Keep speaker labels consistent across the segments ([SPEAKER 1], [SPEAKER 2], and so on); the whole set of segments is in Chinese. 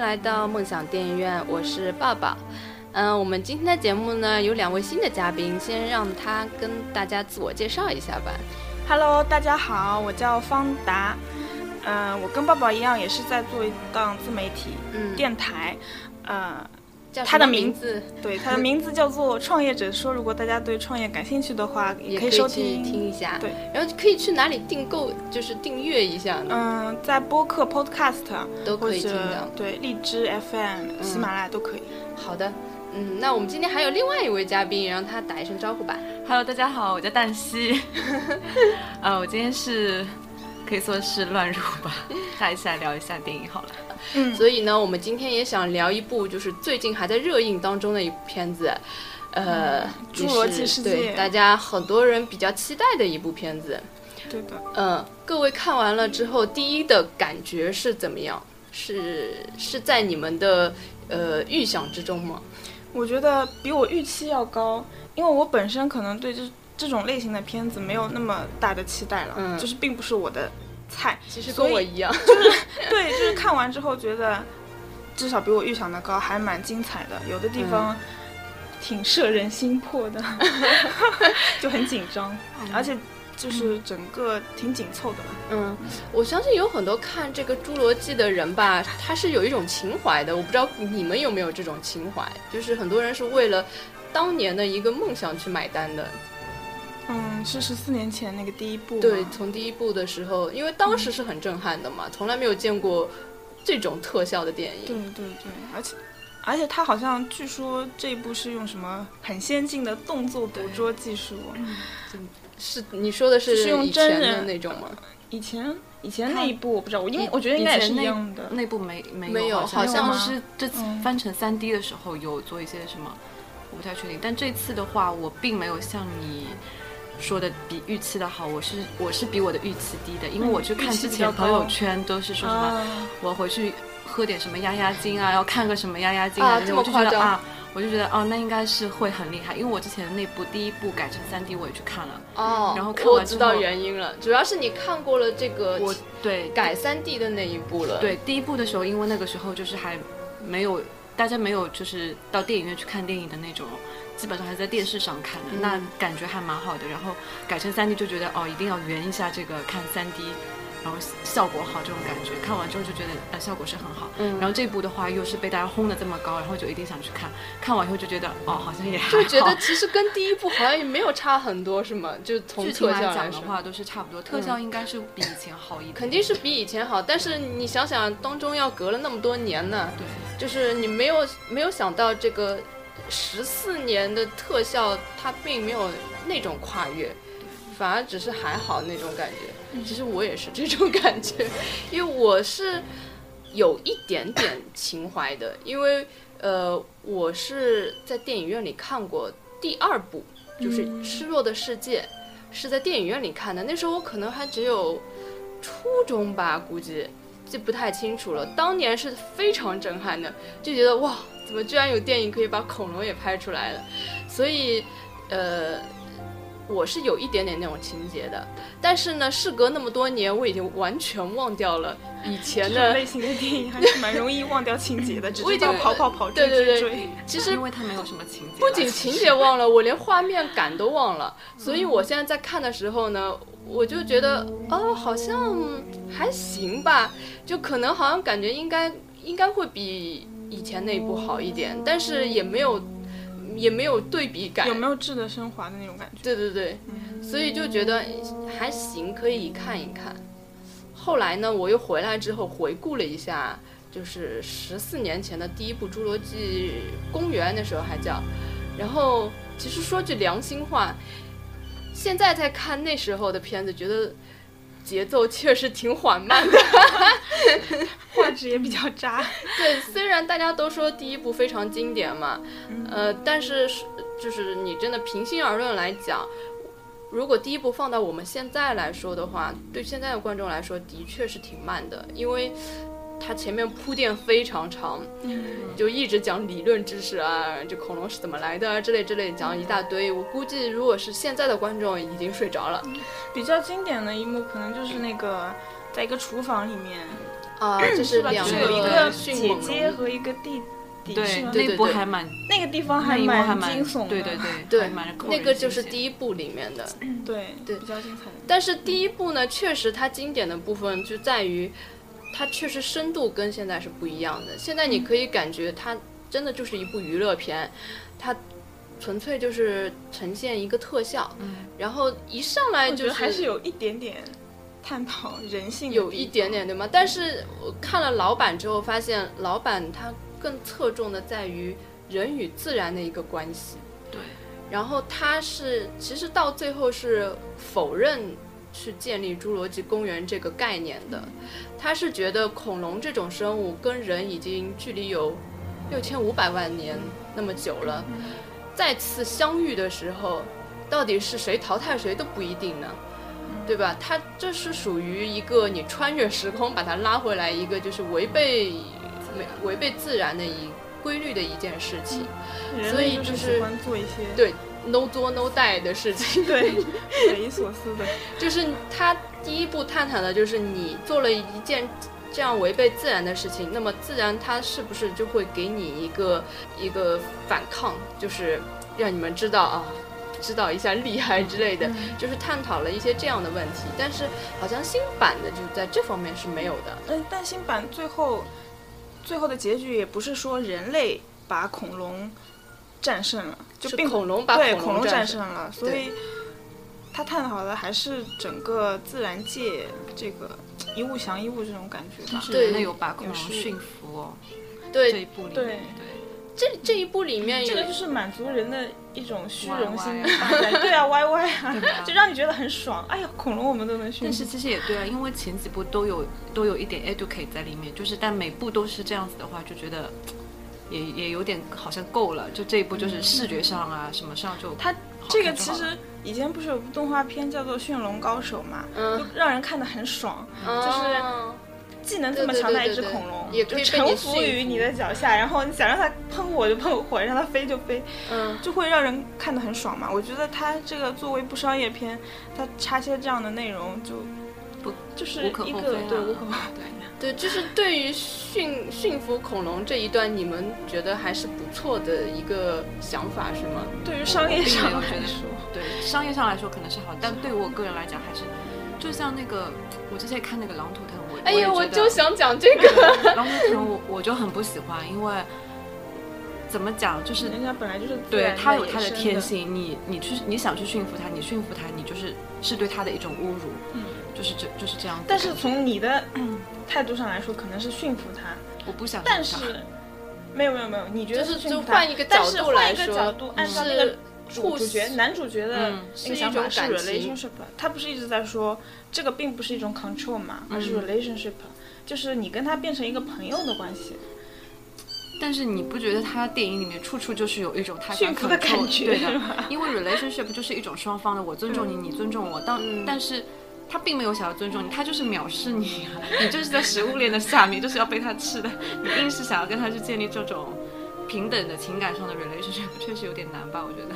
[SPEAKER 1] 来到梦想电影院，我是抱抱。嗯，我们今天的节目呢有两位新的嘉宾，先让他跟大家自我介绍一下吧。
[SPEAKER 2] Hello，大家好，我叫方达。嗯、我跟抱抱一样，也是在做一档自媒体
[SPEAKER 1] 嗯，
[SPEAKER 2] 电台。 呃，
[SPEAKER 1] 叫
[SPEAKER 2] 他的
[SPEAKER 1] 什么
[SPEAKER 2] 名
[SPEAKER 1] 名字
[SPEAKER 2] 对，它的名字叫做《创业者说》。如果大家对创业感兴趣的话，
[SPEAKER 1] 也
[SPEAKER 2] 可以收
[SPEAKER 1] 去听一下。
[SPEAKER 2] 对，
[SPEAKER 1] 然后可以去哪里订购，就是订阅一下呢，
[SPEAKER 2] 嗯、在播客 Podcast
[SPEAKER 1] 都
[SPEAKER 2] 或
[SPEAKER 1] 可以听
[SPEAKER 2] 者
[SPEAKER 1] 到。嗯
[SPEAKER 2] 对荔枝 FM、喜马拉雅都可以。
[SPEAKER 1] 好的，嗯，那我们今天还有另外一位嘉宾，也让他打一声招呼吧。
[SPEAKER 3] Hello，大家好，我叫蛋西。 呃，我今天是可以说是乱入 吧，大一起来聊一下电影好了。
[SPEAKER 2] 嗯，
[SPEAKER 1] 所以呢，我们今天也想聊一部就是最近还在热映当中的一部片子，呃，
[SPEAKER 2] 嗯侏
[SPEAKER 1] 也
[SPEAKER 2] 罗
[SPEAKER 1] 是
[SPEAKER 2] 纪世
[SPEAKER 1] 对
[SPEAKER 2] 界
[SPEAKER 1] 大家很多人比较期待的一部片子。
[SPEAKER 2] 对的。
[SPEAKER 1] 嗯，各位看完了之后，第一的感觉是怎么样？是是在你们的呃预想之中吗？
[SPEAKER 2] 我觉得比我预期要高，因为我本身可能对这这种类型的片子没有那么大的期待了，
[SPEAKER 1] 嗯
[SPEAKER 2] 就是并不是我的菜。
[SPEAKER 1] 其实
[SPEAKER 2] 所
[SPEAKER 1] 跟
[SPEAKER 2] 以
[SPEAKER 1] 我一样，
[SPEAKER 2] 对，就是看完之后觉得，至少比我预想的高，还蛮精彩的，有的
[SPEAKER 3] 嗯
[SPEAKER 2] 地方挺摄人心魄 的，就很紧张，
[SPEAKER 3] 嗯
[SPEAKER 2] 而且就是整个挺紧凑的吧。
[SPEAKER 1] 嗯， 我相信有很多看这个《侏罗纪》的人吧，他是有一种情怀的。我不知道你们有没有这种情怀，就是很多人是为了当年的一个梦想去买单的。
[SPEAKER 2] 嗯，是十四年前那个第一部吗
[SPEAKER 1] 对，从第一部的时候，因为当时是很震撼的嘛，从来没有见过这种特效的电
[SPEAKER 2] 对
[SPEAKER 1] 影。
[SPEAKER 2] 对对，而且而且它好像据说这一部是用什么很先进的动作捕捉技术，
[SPEAKER 1] 是你说的
[SPEAKER 2] 就是用
[SPEAKER 1] 以前
[SPEAKER 2] 真
[SPEAKER 1] 的
[SPEAKER 2] 人
[SPEAKER 1] 那种吗？
[SPEAKER 2] 以前以前
[SPEAKER 3] 它
[SPEAKER 2] 那一部我不知道，我因为
[SPEAKER 3] 以
[SPEAKER 2] 我觉得应该也
[SPEAKER 3] 以
[SPEAKER 2] 是
[SPEAKER 3] 前
[SPEAKER 2] 一
[SPEAKER 3] 那
[SPEAKER 2] 样的。
[SPEAKER 3] 那部没没有，
[SPEAKER 1] 没有
[SPEAKER 3] 好
[SPEAKER 2] 好像
[SPEAKER 3] 但是这次
[SPEAKER 2] 嗯
[SPEAKER 3] 翻成3 D 的时候有做一些什么，我不太确定。但这次的话，我并没有像你。说的比预期的好，我是我是比我的预期低的，因为
[SPEAKER 2] 嗯
[SPEAKER 3] 我去
[SPEAKER 2] 预
[SPEAKER 3] 看
[SPEAKER 2] 期
[SPEAKER 3] 之
[SPEAKER 2] 比较
[SPEAKER 3] 前朋
[SPEAKER 2] 高
[SPEAKER 3] 友圈都是说什么
[SPEAKER 2] 啊，
[SPEAKER 3] 我回去喝点什么压压惊啊，要看个什么压压惊
[SPEAKER 1] 啊这
[SPEAKER 3] 这种
[SPEAKER 1] 么
[SPEAKER 3] 我就觉
[SPEAKER 1] 夸
[SPEAKER 3] 得
[SPEAKER 1] 张
[SPEAKER 3] 啊，我就觉得哦，那应该是会很厉害，因为我之前那部第一部改成3 D 我也去看了，
[SPEAKER 1] 哦，
[SPEAKER 3] 然后看
[SPEAKER 1] 我
[SPEAKER 3] 完
[SPEAKER 1] 知
[SPEAKER 3] 之
[SPEAKER 1] 道
[SPEAKER 3] 后
[SPEAKER 1] 原因了，主要是你看过了这个
[SPEAKER 3] 我对
[SPEAKER 1] 改三 D 的那一部了。，
[SPEAKER 3] 对第一部的时候，因为那个时候就是还没有大家没有就是到电影院去看电影的那种。基本上还是在电视上看的，
[SPEAKER 1] 嗯
[SPEAKER 3] 那感觉还蛮好的。然后改成3 D 就觉得哦，一定要圆一下这个看3 D，然后效果好这种感觉。看完之后就觉得呃效果是很好。
[SPEAKER 1] 嗯，
[SPEAKER 3] 然后这部的话又是被大家轰得这么高，然后就一定想去看。看完以后就觉得，哦，好像也还
[SPEAKER 1] 就觉得
[SPEAKER 3] 好
[SPEAKER 1] 其实跟第一部好像也没有差很多，是吗？就从
[SPEAKER 3] 剧情
[SPEAKER 1] 特效
[SPEAKER 3] 来讲
[SPEAKER 1] 来
[SPEAKER 3] 的
[SPEAKER 1] 说，
[SPEAKER 3] 话都是差不多，特效应该是比以前好一点。
[SPEAKER 1] 肯定是比以前好。但是你想想，当中要隔了那么多年呢，
[SPEAKER 3] 对，
[SPEAKER 1] 就是你没有没有想到这个十四年的特效，它并没有那种跨越。反而只是还好那种感
[SPEAKER 3] 嗯
[SPEAKER 1] 觉，其实我也是这种感觉，因为我是有一点点情怀的，因为呃，我是在电影院里看过第二部，就是《失落的世界》，是在电影院里看的。那时候我可能还只有初中吧，估计记不太清楚了。当年是非常震撼的，就觉得哇，怎么居然有电影可以把恐龙也拍出来了？所以，呃。我是有一点点那种情节的，但是呢，事隔那么多年，我已经完全忘掉了以前
[SPEAKER 2] 这
[SPEAKER 1] 的
[SPEAKER 2] 种类型的电影还是蛮容易忘掉情节 的，只
[SPEAKER 1] 我已
[SPEAKER 2] 知
[SPEAKER 1] 经
[SPEAKER 2] 道跑跑跑
[SPEAKER 1] 对
[SPEAKER 2] 追
[SPEAKER 1] 对
[SPEAKER 2] 追
[SPEAKER 1] 对
[SPEAKER 2] 追。
[SPEAKER 1] 其实
[SPEAKER 3] 因为它没有什么情节了。
[SPEAKER 1] 不仅情节忘了，我连画面感都忘了。所以我现在在看的时候呢，我就觉得哦，好像还行吧，就可能好像感觉应该应该会比以前那一部好一点，但是也没有也没有对比感。
[SPEAKER 2] 有没有质的升华的那种感觉？
[SPEAKER 1] 对对对，所以就觉得还行，可以看一看。后来呢，我又回来之后回顾了一下，就是十四年前的第一部《侏罗纪公园》，那时候还叫。然后其实说句良心话，现在再看那时候的片子，觉得节奏确实挺缓慢的。
[SPEAKER 2] 画质也比较渣。
[SPEAKER 1] 对，虽然大家都说第一部非常经典嘛，呃，但是是就是你真的平心而论来讲，如果第一部放到我们现在来说的话，对现在的观众来说的确是挺慢的，因为它前面铺垫非常长，就一直讲理论知识啊，就恐龙是怎么来的啊之类之类讲一大堆。我估计如果是现在的观众已经睡着了
[SPEAKER 2] 比较经典的一幕可能就是那个在一个厨房里面，
[SPEAKER 1] 啊，就是
[SPEAKER 2] 是吧？
[SPEAKER 1] 两
[SPEAKER 2] 就是
[SPEAKER 3] 个
[SPEAKER 2] 有一个
[SPEAKER 1] 迅
[SPEAKER 2] 姐
[SPEAKER 1] 猛
[SPEAKER 2] 姐
[SPEAKER 1] 龙
[SPEAKER 2] 和一个弟弟，
[SPEAKER 3] 对
[SPEAKER 2] 是吗？
[SPEAKER 1] 对
[SPEAKER 3] 那一部还蛮
[SPEAKER 2] 那个地方
[SPEAKER 3] 那
[SPEAKER 2] 还
[SPEAKER 3] 一幕还
[SPEAKER 2] 蛮
[SPEAKER 3] 蛮
[SPEAKER 2] 惊悚的，
[SPEAKER 3] 对对对
[SPEAKER 1] 对
[SPEAKER 3] 还蛮扣，
[SPEAKER 1] 那
[SPEAKER 3] 人
[SPEAKER 1] 个
[SPEAKER 3] 心
[SPEAKER 1] 就是
[SPEAKER 3] 弦
[SPEAKER 1] 第一部里面的。
[SPEAKER 2] 对
[SPEAKER 1] 对
[SPEAKER 2] 比较精彩的。
[SPEAKER 1] 但是第一部呢，确实它经典的部分就在于，它确实深度跟现在是不一样的。现在你可以感觉它真的就是一部娱乐片，它纯粹就是呈现一个特效，然后一上来
[SPEAKER 2] 嗯我觉
[SPEAKER 1] 就
[SPEAKER 2] 得还是有一点点探讨人性的地方，
[SPEAKER 1] 有一点点对吗？但是我看了老版之后，发现老版它更侧重的在于人与自然的一个关系。
[SPEAKER 3] 对，
[SPEAKER 1] 然后它是其实到最后是否认去建立侏罗纪公园这个概念的，他是觉得恐龙这种生物跟人已经距离有六千五百万年那么久了，再次相遇的时候，到底是谁淘汰谁都不一定呢。对吧？它这是属于一个你穿越时空把它拉回来，一个就是违背违违背自然的一规律的一件事情。
[SPEAKER 2] 人
[SPEAKER 1] 所以
[SPEAKER 2] 类
[SPEAKER 1] 就是是
[SPEAKER 2] 喜欢做一些
[SPEAKER 1] 对，no 作 no die 的事情。
[SPEAKER 2] 对匪夷所思的，
[SPEAKER 1] 就是他第一步探讨的就是你做了一件这样违背自然的事情，那么自然它是不是就会给你一个一个反抗，就是让你们知道啊，知道一下厉害之类的，就是探讨了一些这样的问题。但是好像新版的就在这方面是没有的。
[SPEAKER 2] 但但新版最后最后的结局也不是说人类把恐龙战胜了，就是并
[SPEAKER 1] 恐龙把
[SPEAKER 2] 对
[SPEAKER 1] 恐龙
[SPEAKER 2] 龙
[SPEAKER 1] 战
[SPEAKER 2] 战
[SPEAKER 1] 胜
[SPEAKER 2] 胜了，所以他探讨的还是整个自然界这个一物降一物这种感觉吧
[SPEAKER 3] 但。是
[SPEAKER 1] 对
[SPEAKER 3] 人类有把恐
[SPEAKER 2] 有
[SPEAKER 3] 龙
[SPEAKER 2] 是
[SPEAKER 3] 驯服哦，这
[SPEAKER 1] 对
[SPEAKER 3] 一，部里面
[SPEAKER 2] 对
[SPEAKER 3] 对
[SPEAKER 1] 这这一部里面
[SPEAKER 2] 这个
[SPEAKER 1] 有
[SPEAKER 2] 就是满足人的一种虚
[SPEAKER 3] 歪
[SPEAKER 2] 荣
[SPEAKER 3] 歪
[SPEAKER 2] 心
[SPEAKER 3] 啊
[SPEAKER 2] 的 发展，对啊，歪歪啊，
[SPEAKER 3] 对吧
[SPEAKER 2] 就让你觉得很爽。哎呀，恐龙我们都能驯
[SPEAKER 3] 但
[SPEAKER 2] 服
[SPEAKER 3] 是，其实也对啊，因为前几部都有都有一点 educate 在里面，就是但每部都是这样子的话，就觉得也也有点好像够了。就这一部就是视觉上啊、什么上就
[SPEAKER 2] 它
[SPEAKER 3] 好
[SPEAKER 2] 这个
[SPEAKER 3] 看就
[SPEAKER 2] 其
[SPEAKER 3] 好了
[SPEAKER 2] 实以前不是有部动画片叫做《驯龙高手》嘛，
[SPEAKER 1] 嗯
[SPEAKER 2] 就让人看得很爽，
[SPEAKER 1] 啊就是
[SPEAKER 2] 技能这么强大一只
[SPEAKER 1] 对对对对
[SPEAKER 2] 恐龙，
[SPEAKER 1] 也可以
[SPEAKER 2] 就
[SPEAKER 1] 被你
[SPEAKER 2] 臣服于
[SPEAKER 1] 驯服
[SPEAKER 2] 你的脚下，然后你想让它喷火就喷火，让它飞就飞，
[SPEAKER 1] 嗯
[SPEAKER 2] 就会让人看得很爽嘛。我觉得它这个作为一部商业片，它插些这样的内容就
[SPEAKER 3] 不
[SPEAKER 2] 就是
[SPEAKER 3] 无可
[SPEAKER 2] 一
[SPEAKER 3] 厚
[SPEAKER 2] 个
[SPEAKER 3] 非啊
[SPEAKER 2] 对无可厚非。
[SPEAKER 1] 对，就是对于驯驯服恐龙这一段，你们觉得还是不错的一个想法是吗？
[SPEAKER 2] 对于商业上
[SPEAKER 3] 我
[SPEAKER 2] 来
[SPEAKER 3] 并没有觉得
[SPEAKER 2] 说，
[SPEAKER 3] 对商业上来说可能是好，但对我个人来讲还是，就像那个我之前看那个《狼图腾》，我
[SPEAKER 1] 哎呀，
[SPEAKER 3] 我
[SPEAKER 1] 我
[SPEAKER 3] 也觉得啊
[SPEAKER 1] 就想讲这个。
[SPEAKER 3] 狼图腾我我就很不喜欢，因为怎么讲就是
[SPEAKER 2] 人家本来就是自
[SPEAKER 3] 对
[SPEAKER 2] 然
[SPEAKER 3] 它有
[SPEAKER 2] 野
[SPEAKER 3] 它的
[SPEAKER 2] 生
[SPEAKER 3] 天性，你你去你想去驯服它，你驯服它，你就是是对它的一种侮辱，
[SPEAKER 2] 嗯，
[SPEAKER 3] 就是这就是这样子的
[SPEAKER 2] 但
[SPEAKER 3] 感觉。
[SPEAKER 2] 是从你的 嗯态度上来说，可能是驯服它，
[SPEAKER 3] 我不想，
[SPEAKER 2] 但是没有没有没有，你觉得
[SPEAKER 1] 啊就是
[SPEAKER 2] 驯服
[SPEAKER 1] 就
[SPEAKER 2] 它
[SPEAKER 1] 换一个
[SPEAKER 2] 但
[SPEAKER 1] 角
[SPEAKER 2] 是
[SPEAKER 1] 度
[SPEAKER 2] 换
[SPEAKER 1] 来
[SPEAKER 2] 一个
[SPEAKER 1] 说
[SPEAKER 2] 角度，按照那
[SPEAKER 1] 是
[SPEAKER 2] 个主
[SPEAKER 1] 互
[SPEAKER 2] 主角男主角的
[SPEAKER 3] 嗯
[SPEAKER 2] 那个想法是
[SPEAKER 1] 是一种感情
[SPEAKER 2] relationship，的他不是一直在说这个并不是一种 control 嘛，而是 relationship，就是你跟他变成一个朋友的关系。
[SPEAKER 3] 但是你不觉得他电影里面处处就是有一种他
[SPEAKER 2] 驯服的感觉
[SPEAKER 3] 对的
[SPEAKER 2] 是吧，
[SPEAKER 3] 因为 relationship 就是一种双方的，我尊重你，你尊重我，但、
[SPEAKER 1] 嗯
[SPEAKER 3] 但是。他并没有想要尊重你，他就是藐视你啊！你就是 在食物链的下面，就是要被他吃的。你硬是想要跟他去建立这种平等的情感上的 relationship，确实有点难吧？我觉得。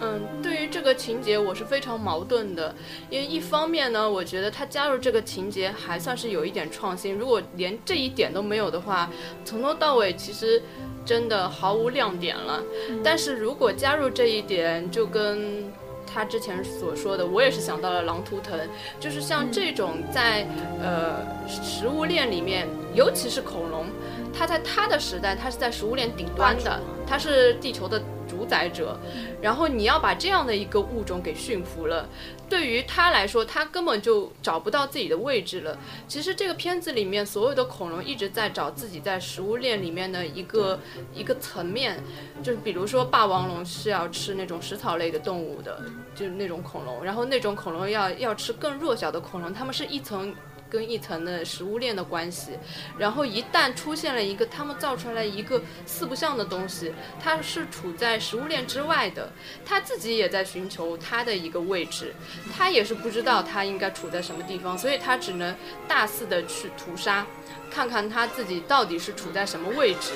[SPEAKER 1] 嗯，对于这个情节，我是非常矛盾的，因为一方面呢，我觉得他加入这个情节还算是有一点创新，如果连这一点都没有的话，从头到尾其实真的毫无亮点了。但是如果加入这一点，就跟他之前所说的，我也是想到了狼图腾，就是像这种在、呃食物链里面，尤其是恐龙，它在它的时代，它是在食物链顶端的，它是地球的主宰者。然后你要把这样的一个物种给驯服了，对于他来说，他根本就找不到自己的位置了。其实这个片子里面所有的恐龙一直在找自己在食物链里面的一个一个层面，就是比如说霸王龙是要吃那种食草类的动物的，就是那种恐龙，然后那种恐龙要要吃更弱小的恐龙，它们是一层。跟一层的食物链的关系，然后一旦出现了一个他们造出来一个四不像的东西，它是处在食物链之外的，他自己也在寻求他的一个位置，他也是不知道他应该处在什么地方，所以他只能大肆的去屠杀，看看他自己到底是处在什么位置，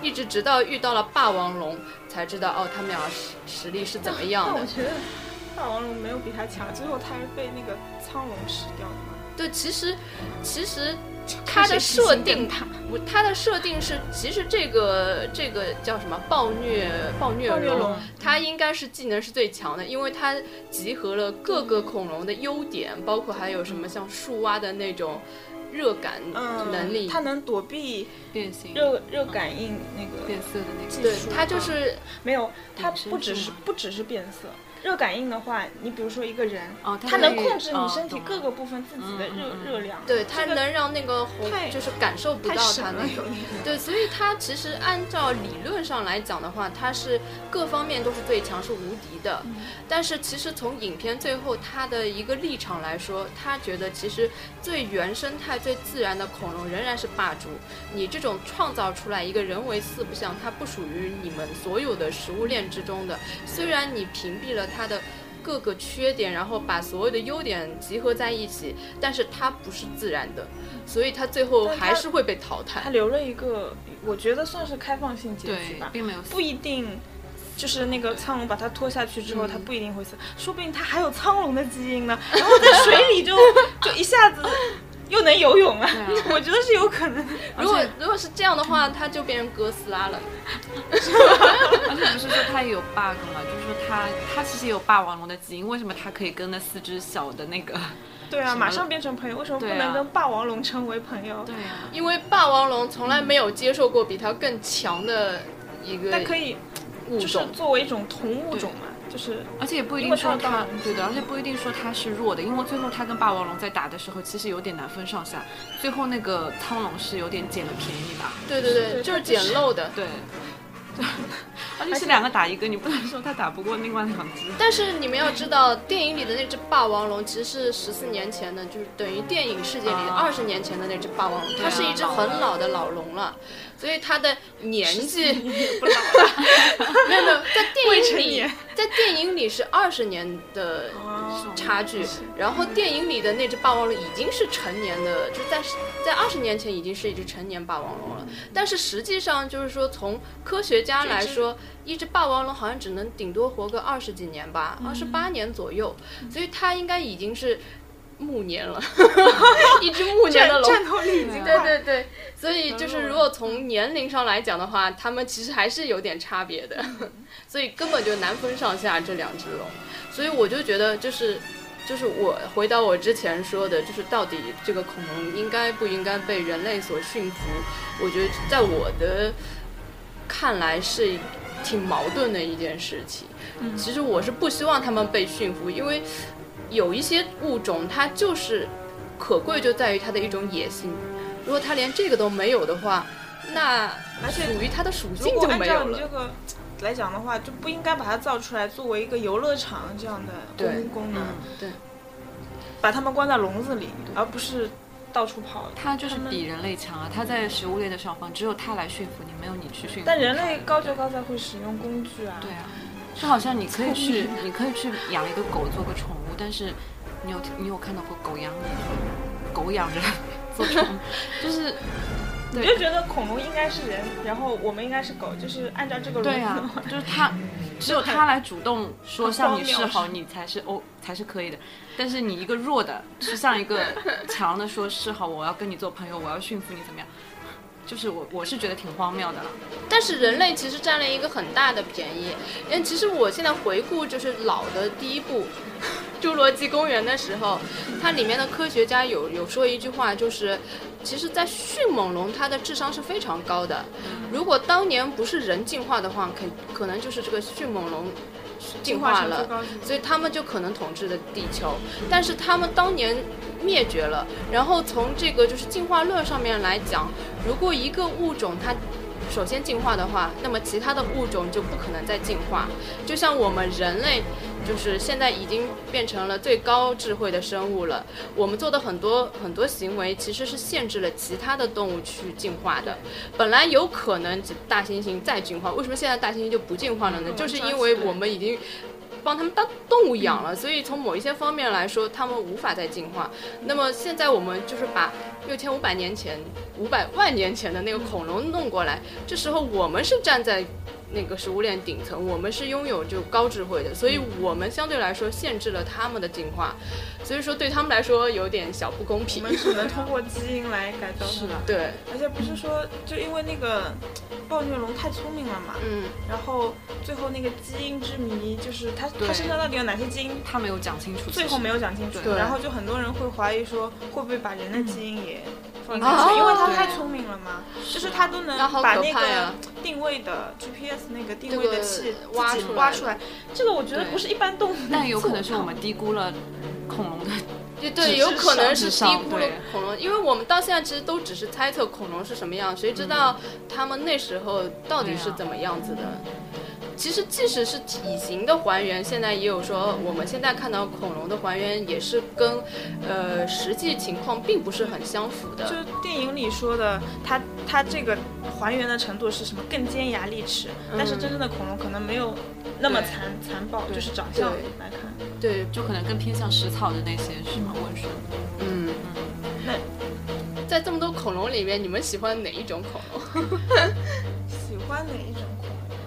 [SPEAKER 1] 一直直到遇到了霸王龙，才知道哦，他们俩实实力是怎 么样
[SPEAKER 2] 但
[SPEAKER 1] 的
[SPEAKER 2] 我。觉得霸王龙没有比他强，最后他是被那个苍龙吃掉的嘛。
[SPEAKER 1] 对，其实其实它的设定，
[SPEAKER 2] 它
[SPEAKER 1] 我它的设定是，其实这个这个叫什么暴虐暴虐
[SPEAKER 2] 暴虐
[SPEAKER 1] 龙
[SPEAKER 2] 龙，
[SPEAKER 1] 它应该是技能是最强的，因为它集合了各个恐龙的优点，包括还有什么像树蛙的那种热感
[SPEAKER 2] 嗯
[SPEAKER 1] 能力。
[SPEAKER 2] 它能躲避
[SPEAKER 3] 变形、
[SPEAKER 2] 热热感应那个
[SPEAKER 3] 变色的那个
[SPEAKER 1] 对
[SPEAKER 2] 树
[SPEAKER 1] 它就是
[SPEAKER 2] 没有，它
[SPEAKER 3] 隐身
[SPEAKER 2] 不只
[SPEAKER 3] 术
[SPEAKER 2] 是
[SPEAKER 3] 吗
[SPEAKER 2] 不只是变色，热感应的话，你比如说一个人，
[SPEAKER 3] 哦，
[SPEAKER 2] 它能控制你身体各
[SPEAKER 3] 各
[SPEAKER 2] 个部分自己的
[SPEAKER 3] 嗯
[SPEAKER 2] 热
[SPEAKER 3] 嗯嗯
[SPEAKER 2] 热量，
[SPEAKER 1] 对
[SPEAKER 2] 这
[SPEAKER 1] 它
[SPEAKER 2] 个
[SPEAKER 1] 能让那个红
[SPEAKER 2] 太
[SPEAKER 1] 就是感受不
[SPEAKER 2] 太
[SPEAKER 1] 到
[SPEAKER 2] 神
[SPEAKER 1] 它
[SPEAKER 2] 了
[SPEAKER 1] 那
[SPEAKER 2] 有
[SPEAKER 1] 种。
[SPEAKER 2] 点。
[SPEAKER 1] 对，所以它其实按照理论上来讲的话，它是各方面都是最强，是无敌的。但是其实从影片最后他的一个立场来说，他觉得其实最原生态、最自然的恐龙仍然是霸主。你这种创造出来一个人为四不像，它不属于你们所有的食物链之中的。虽然你屏蔽了它的。各个缺点，然后把所有的优点集合在一起，但是它不是自然的，所以它最后
[SPEAKER 2] 但它
[SPEAKER 1] 还是会被淘汰
[SPEAKER 2] 它。留了一个，我觉得算是开放性结局
[SPEAKER 3] 对
[SPEAKER 2] 吧，，
[SPEAKER 3] 并没有
[SPEAKER 2] 不一定。就是那个苍龙把它拖下去之后，
[SPEAKER 1] 嗯
[SPEAKER 2] 它不一定会死，说不定它还有苍龙的基因呢。然后在水里就就一下子又能游泳了
[SPEAKER 3] 对啊，
[SPEAKER 2] 我觉得是有可能的。
[SPEAKER 1] 如果如果是这样的话，它就变成哥斯拉了。
[SPEAKER 3] 而且不是说它也有 bug 嘛，就是说它它其实也有霸王龙的基因，为什么它可以跟那四只小的那个？
[SPEAKER 2] 对啊，
[SPEAKER 3] 什么
[SPEAKER 2] 马上变成朋友，为什么不
[SPEAKER 3] 对啊
[SPEAKER 2] 能跟霸王龙成为朋友？
[SPEAKER 3] 对啊，
[SPEAKER 1] 因为霸王龙从来没有接受过比它更强的一个
[SPEAKER 2] 但可以
[SPEAKER 1] 物
[SPEAKER 2] 就是
[SPEAKER 1] 种。
[SPEAKER 2] 作为一种同物种嘛，就是
[SPEAKER 3] 而且也不一
[SPEAKER 2] 因
[SPEAKER 3] 定
[SPEAKER 2] 为它
[SPEAKER 3] 说
[SPEAKER 2] 有霸
[SPEAKER 3] 它
[SPEAKER 2] 王
[SPEAKER 3] 对的，而且不一定说它是弱的，因为最后它跟霸王龙在打的时候，其实有点难分上下。最后那个苍龙是有点捡了便宜吧？
[SPEAKER 1] 对对对，
[SPEAKER 2] 对
[SPEAKER 1] 就是
[SPEAKER 2] 它就
[SPEAKER 1] 捡
[SPEAKER 2] 是
[SPEAKER 1] 漏的。
[SPEAKER 3] 对， 而且是两个打一个，你不能说它打不过另外两只。
[SPEAKER 1] 但是你们要知道，电影里的那只霸王龙其实是十四年前的，就是等于电影世界里
[SPEAKER 3] 啊
[SPEAKER 1] 二十年前的那只霸王龙，
[SPEAKER 3] 对
[SPEAKER 1] 它
[SPEAKER 3] 啊
[SPEAKER 1] 是一只很老的老龙了，所以它的年纪
[SPEAKER 2] 不老了。
[SPEAKER 1] 没有没有，在
[SPEAKER 2] 未
[SPEAKER 1] 电影
[SPEAKER 2] 成
[SPEAKER 1] 里
[SPEAKER 2] 年，
[SPEAKER 1] 在电影里是二十年的
[SPEAKER 2] 哦
[SPEAKER 1] 差距。然后电影里的那只霸王龙已经是成年的，就在在二十年前已经是一只成年霸王龙了。但是实际上就是说，从科学家来说，一只霸王龙好像只能顶多活个二十几年吧，二十八年左右，所以它应该已经是暮年了，一只暮年
[SPEAKER 2] 战
[SPEAKER 1] 的龙。
[SPEAKER 2] 战斗力已经
[SPEAKER 1] 对
[SPEAKER 2] 快
[SPEAKER 1] 对对，所以就是如果从年龄上来讲的话，他们其实还是有点差别的， 所以根本就难分上下这两只龙。所以我就觉得就是。就是我回到我之前说的，就是到底这个恐龙应该不应该被人类所驯服？我觉得在我的看来是挺矛盾的一件事情。
[SPEAKER 2] 嗯
[SPEAKER 1] 其实我是不希望他们被驯服，因为有一些物种它就是可贵，就在于它的一种野心。如果它连这个都没有的话，那
[SPEAKER 2] 而且
[SPEAKER 1] 属于它的属
[SPEAKER 2] 如
[SPEAKER 1] 性
[SPEAKER 2] 果
[SPEAKER 1] 就
[SPEAKER 2] 按
[SPEAKER 1] 没
[SPEAKER 2] 照
[SPEAKER 1] 有
[SPEAKER 2] 你这
[SPEAKER 1] 了。
[SPEAKER 2] 个来讲的话，就不应该把它造出来作为一个游乐场这样的
[SPEAKER 1] 对嗯
[SPEAKER 2] 功功能，
[SPEAKER 1] 对，
[SPEAKER 2] 把它们关在笼子里，而不是到处跑。
[SPEAKER 3] 它就是比人类强啊！它在食物链的上方，只有它来驯服你，没有你去驯服它。
[SPEAKER 2] 但人类高就高在会使用工具啊，
[SPEAKER 3] 对啊，就好像你可以去， 你可以去养一个狗做个宠物，但是你有你有看到过狗养你吗？狗养人做宠物，就是
[SPEAKER 2] 你就觉得恐龙应该是人，然后我们应该是狗，就是按照这个逻
[SPEAKER 3] 对
[SPEAKER 2] 辑的
[SPEAKER 3] 啊
[SPEAKER 2] 话，，
[SPEAKER 3] 就是它。只有它来主动说向你示
[SPEAKER 2] 很荒
[SPEAKER 3] 好，
[SPEAKER 2] 谬
[SPEAKER 3] 你才是哦，才是可以的。但是你一个弱的，去向一个强的说示好，我要跟你做朋友，我要驯服你怎么样？就是我我是觉得挺荒谬的了。
[SPEAKER 1] 但是人类其实占了一个很大的便宜。因为其实我现在回顾就是老的第一部《侏罗纪公园》的时候，它里面的科学家有有说一句话，就是其实，在迅猛龙它的智商是非常高的。如果当年不是人进化的话，可可能就是这个迅猛龙进化
[SPEAKER 2] 成
[SPEAKER 1] 了
[SPEAKER 2] 最。高级
[SPEAKER 1] 所以他们就可能统治的地球。但是他们当年灭绝了，然后从这个就是进化论上面来讲，如果一个物种它首先进化的话，那么其他的物种就不可能再进化。就像我们人类，就是现在已经变成了最高智慧的生物了。我们做的很多很多行为，其实是限制了其他的动物去进化的。本来有可能大猩猩再进化，为什么现在大猩猩就不进化了呢？
[SPEAKER 2] 嗯
[SPEAKER 1] 就是
[SPEAKER 2] 抓
[SPEAKER 1] 因为
[SPEAKER 2] 起来
[SPEAKER 1] 我们已经帮他们当动物养了，所以从某一些方面来说，他们无法再进化。那么现在我们就是把六千五百年前、五百万年前的那个恐龙弄过来，这时候我们是站在那个食物链顶层，我们是拥有就高智慧的，所以我们相对来说限制了他们的进化，所以说对他们来说有点小不公
[SPEAKER 2] 我
[SPEAKER 1] 平。
[SPEAKER 2] 们只能通过基因来改造。
[SPEAKER 3] 是的，啊
[SPEAKER 1] 对，
[SPEAKER 2] 而且不是说就因为那个暴虐龙太聪明了嘛，
[SPEAKER 1] 嗯，
[SPEAKER 2] 然后最后那个基因之谜就是他
[SPEAKER 3] 对
[SPEAKER 2] 他身上到底有哪些基因，
[SPEAKER 3] 他没有讲清楚，
[SPEAKER 2] 最后没有讲清楚。
[SPEAKER 1] 对
[SPEAKER 2] 然后就很多人会怀疑说会不会把人的基因也放进
[SPEAKER 1] 哦
[SPEAKER 2] 去，因为他
[SPEAKER 3] 对
[SPEAKER 2] 太聪明了嘛，就是他都能
[SPEAKER 1] 那好
[SPEAKER 2] 把
[SPEAKER 1] 可
[SPEAKER 2] 那
[SPEAKER 1] 怕呀
[SPEAKER 2] 个定位的 GPS 那个定位
[SPEAKER 1] 这
[SPEAKER 2] 的
[SPEAKER 1] 个
[SPEAKER 2] 器自己
[SPEAKER 1] 挖
[SPEAKER 2] 挖
[SPEAKER 1] 出来
[SPEAKER 2] 出来，这个我觉得
[SPEAKER 3] 对
[SPEAKER 2] 不是一般动物能做的，
[SPEAKER 3] 但有可能是我们低估了恐龙的，
[SPEAKER 1] 对
[SPEAKER 3] 智
[SPEAKER 1] 对，有可能是低
[SPEAKER 3] 智商
[SPEAKER 1] 估了
[SPEAKER 3] 对
[SPEAKER 1] 恐龙，因为我们到现在其实都只是猜测恐龙是什么样，谁知道他们那时候到底是怎么样子的？其实即使是体型的还原，现在也有说我们现在看到恐龙的还原也是跟呃实际情况并不是很相符
[SPEAKER 2] 就
[SPEAKER 1] 的。
[SPEAKER 2] 是电影里说的，它它这个还原的程度是什么更尖牙利齿，但是真正的恐龙可能没有那么
[SPEAKER 3] 对
[SPEAKER 2] 残残暴，
[SPEAKER 3] 对
[SPEAKER 2] 就是长相
[SPEAKER 1] 对
[SPEAKER 2] 来看。
[SPEAKER 1] 对，
[SPEAKER 3] 就可能更偏向食草的那些是吗？温顺。
[SPEAKER 1] 嗯，
[SPEAKER 2] 那
[SPEAKER 1] 在这么多恐龙里面，你们喜欢哪一种恐龙？
[SPEAKER 2] 喜欢哪一种恐龙？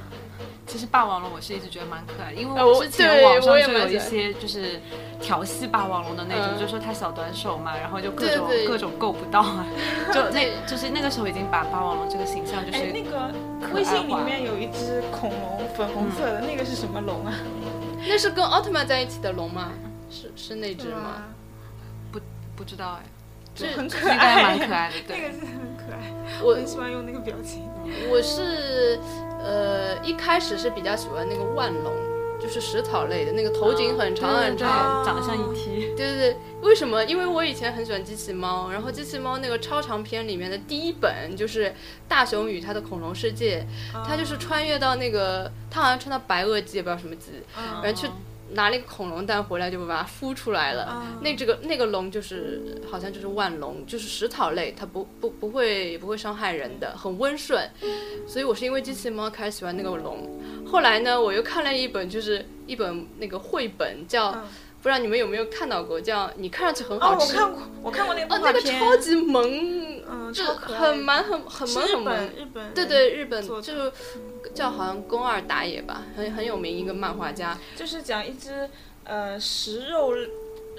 [SPEAKER 3] 其实霸王龙我是一直觉得蛮可爱的，因为
[SPEAKER 1] 呃我
[SPEAKER 3] 我之前
[SPEAKER 1] 对
[SPEAKER 3] 网上
[SPEAKER 1] 我也
[SPEAKER 3] 就
[SPEAKER 1] 蛮
[SPEAKER 3] 有
[SPEAKER 1] 喜
[SPEAKER 3] 一
[SPEAKER 1] 欢
[SPEAKER 3] 些就是调戏霸王龙的那种，
[SPEAKER 1] 嗯
[SPEAKER 3] 就说它小短手嘛，然后就各
[SPEAKER 1] 对
[SPEAKER 3] 种
[SPEAKER 1] 对
[SPEAKER 3] 各种够不到 啊，就那就是那个时候已经把霸王龙这个形象就是
[SPEAKER 2] 哎，那个
[SPEAKER 3] 可
[SPEAKER 2] 微
[SPEAKER 3] 爱
[SPEAKER 2] 信里
[SPEAKER 3] 化
[SPEAKER 2] 面有一只恐龙，粉红色的、那个是什么龙啊？
[SPEAKER 1] 那是跟奥特曼在一起的龙吗？是是那只
[SPEAKER 2] 嗯
[SPEAKER 1] 吗？
[SPEAKER 3] 不知道哎，
[SPEAKER 2] 对
[SPEAKER 1] 这
[SPEAKER 2] 很可
[SPEAKER 3] 应该
[SPEAKER 2] 爱，
[SPEAKER 3] 蛮可爱的，
[SPEAKER 2] 啊那
[SPEAKER 3] 对，
[SPEAKER 2] 个是很可爱，我
[SPEAKER 1] 我
[SPEAKER 2] 很喜欢用那个表情。
[SPEAKER 1] 我是呃一开始是比较喜欢那个万龙，就是食草类的那个头颈很长很
[SPEAKER 3] 啊对
[SPEAKER 1] 长。
[SPEAKER 3] 长得像 ET，
[SPEAKER 1] 对对对，为什么？因为我以前很喜欢机器猫，然后机器猫那个超长篇里面的第一本就是《大雄与他的恐龙世界》，他就是穿越到那个他好像穿到白垩纪，也不知道什么纪，
[SPEAKER 2] 嗯
[SPEAKER 1] 然后去拿了一个恐龙蛋回来，就把它孵出来了。
[SPEAKER 2] 嗯
[SPEAKER 1] 那这个那个龙就是好像就是万龙，就是食草类，它不不不会不会伤害人的，很温顺。所以我是因为机器猫开始喜欢那个龙。后来呢，我又看了一本，就是一本那个绘本，叫、
[SPEAKER 2] 嗯
[SPEAKER 1] 不知道你们有没有看到过，叫你看上去很
[SPEAKER 2] 哦
[SPEAKER 1] 好，
[SPEAKER 2] 我
[SPEAKER 1] 吃，
[SPEAKER 2] 看过，我看过那个
[SPEAKER 1] 哦
[SPEAKER 2] 动
[SPEAKER 1] 那
[SPEAKER 2] 画
[SPEAKER 1] 个
[SPEAKER 2] 片，
[SPEAKER 1] 超级萌，
[SPEAKER 2] 嗯，
[SPEAKER 1] 就
[SPEAKER 2] 超可爱，
[SPEAKER 1] 很蛮很很
[SPEAKER 2] 是
[SPEAKER 1] 萌
[SPEAKER 2] 日
[SPEAKER 1] 很萌
[SPEAKER 2] 本，日本
[SPEAKER 1] 对
[SPEAKER 2] 人
[SPEAKER 1] 对，日本
[SPEAKER 2] 作者
[SPEAKER 1] 就叫好像宫二打野吧，很很有名一个漫画家，
[SPEAKER 2] 就是讲一只呃食肉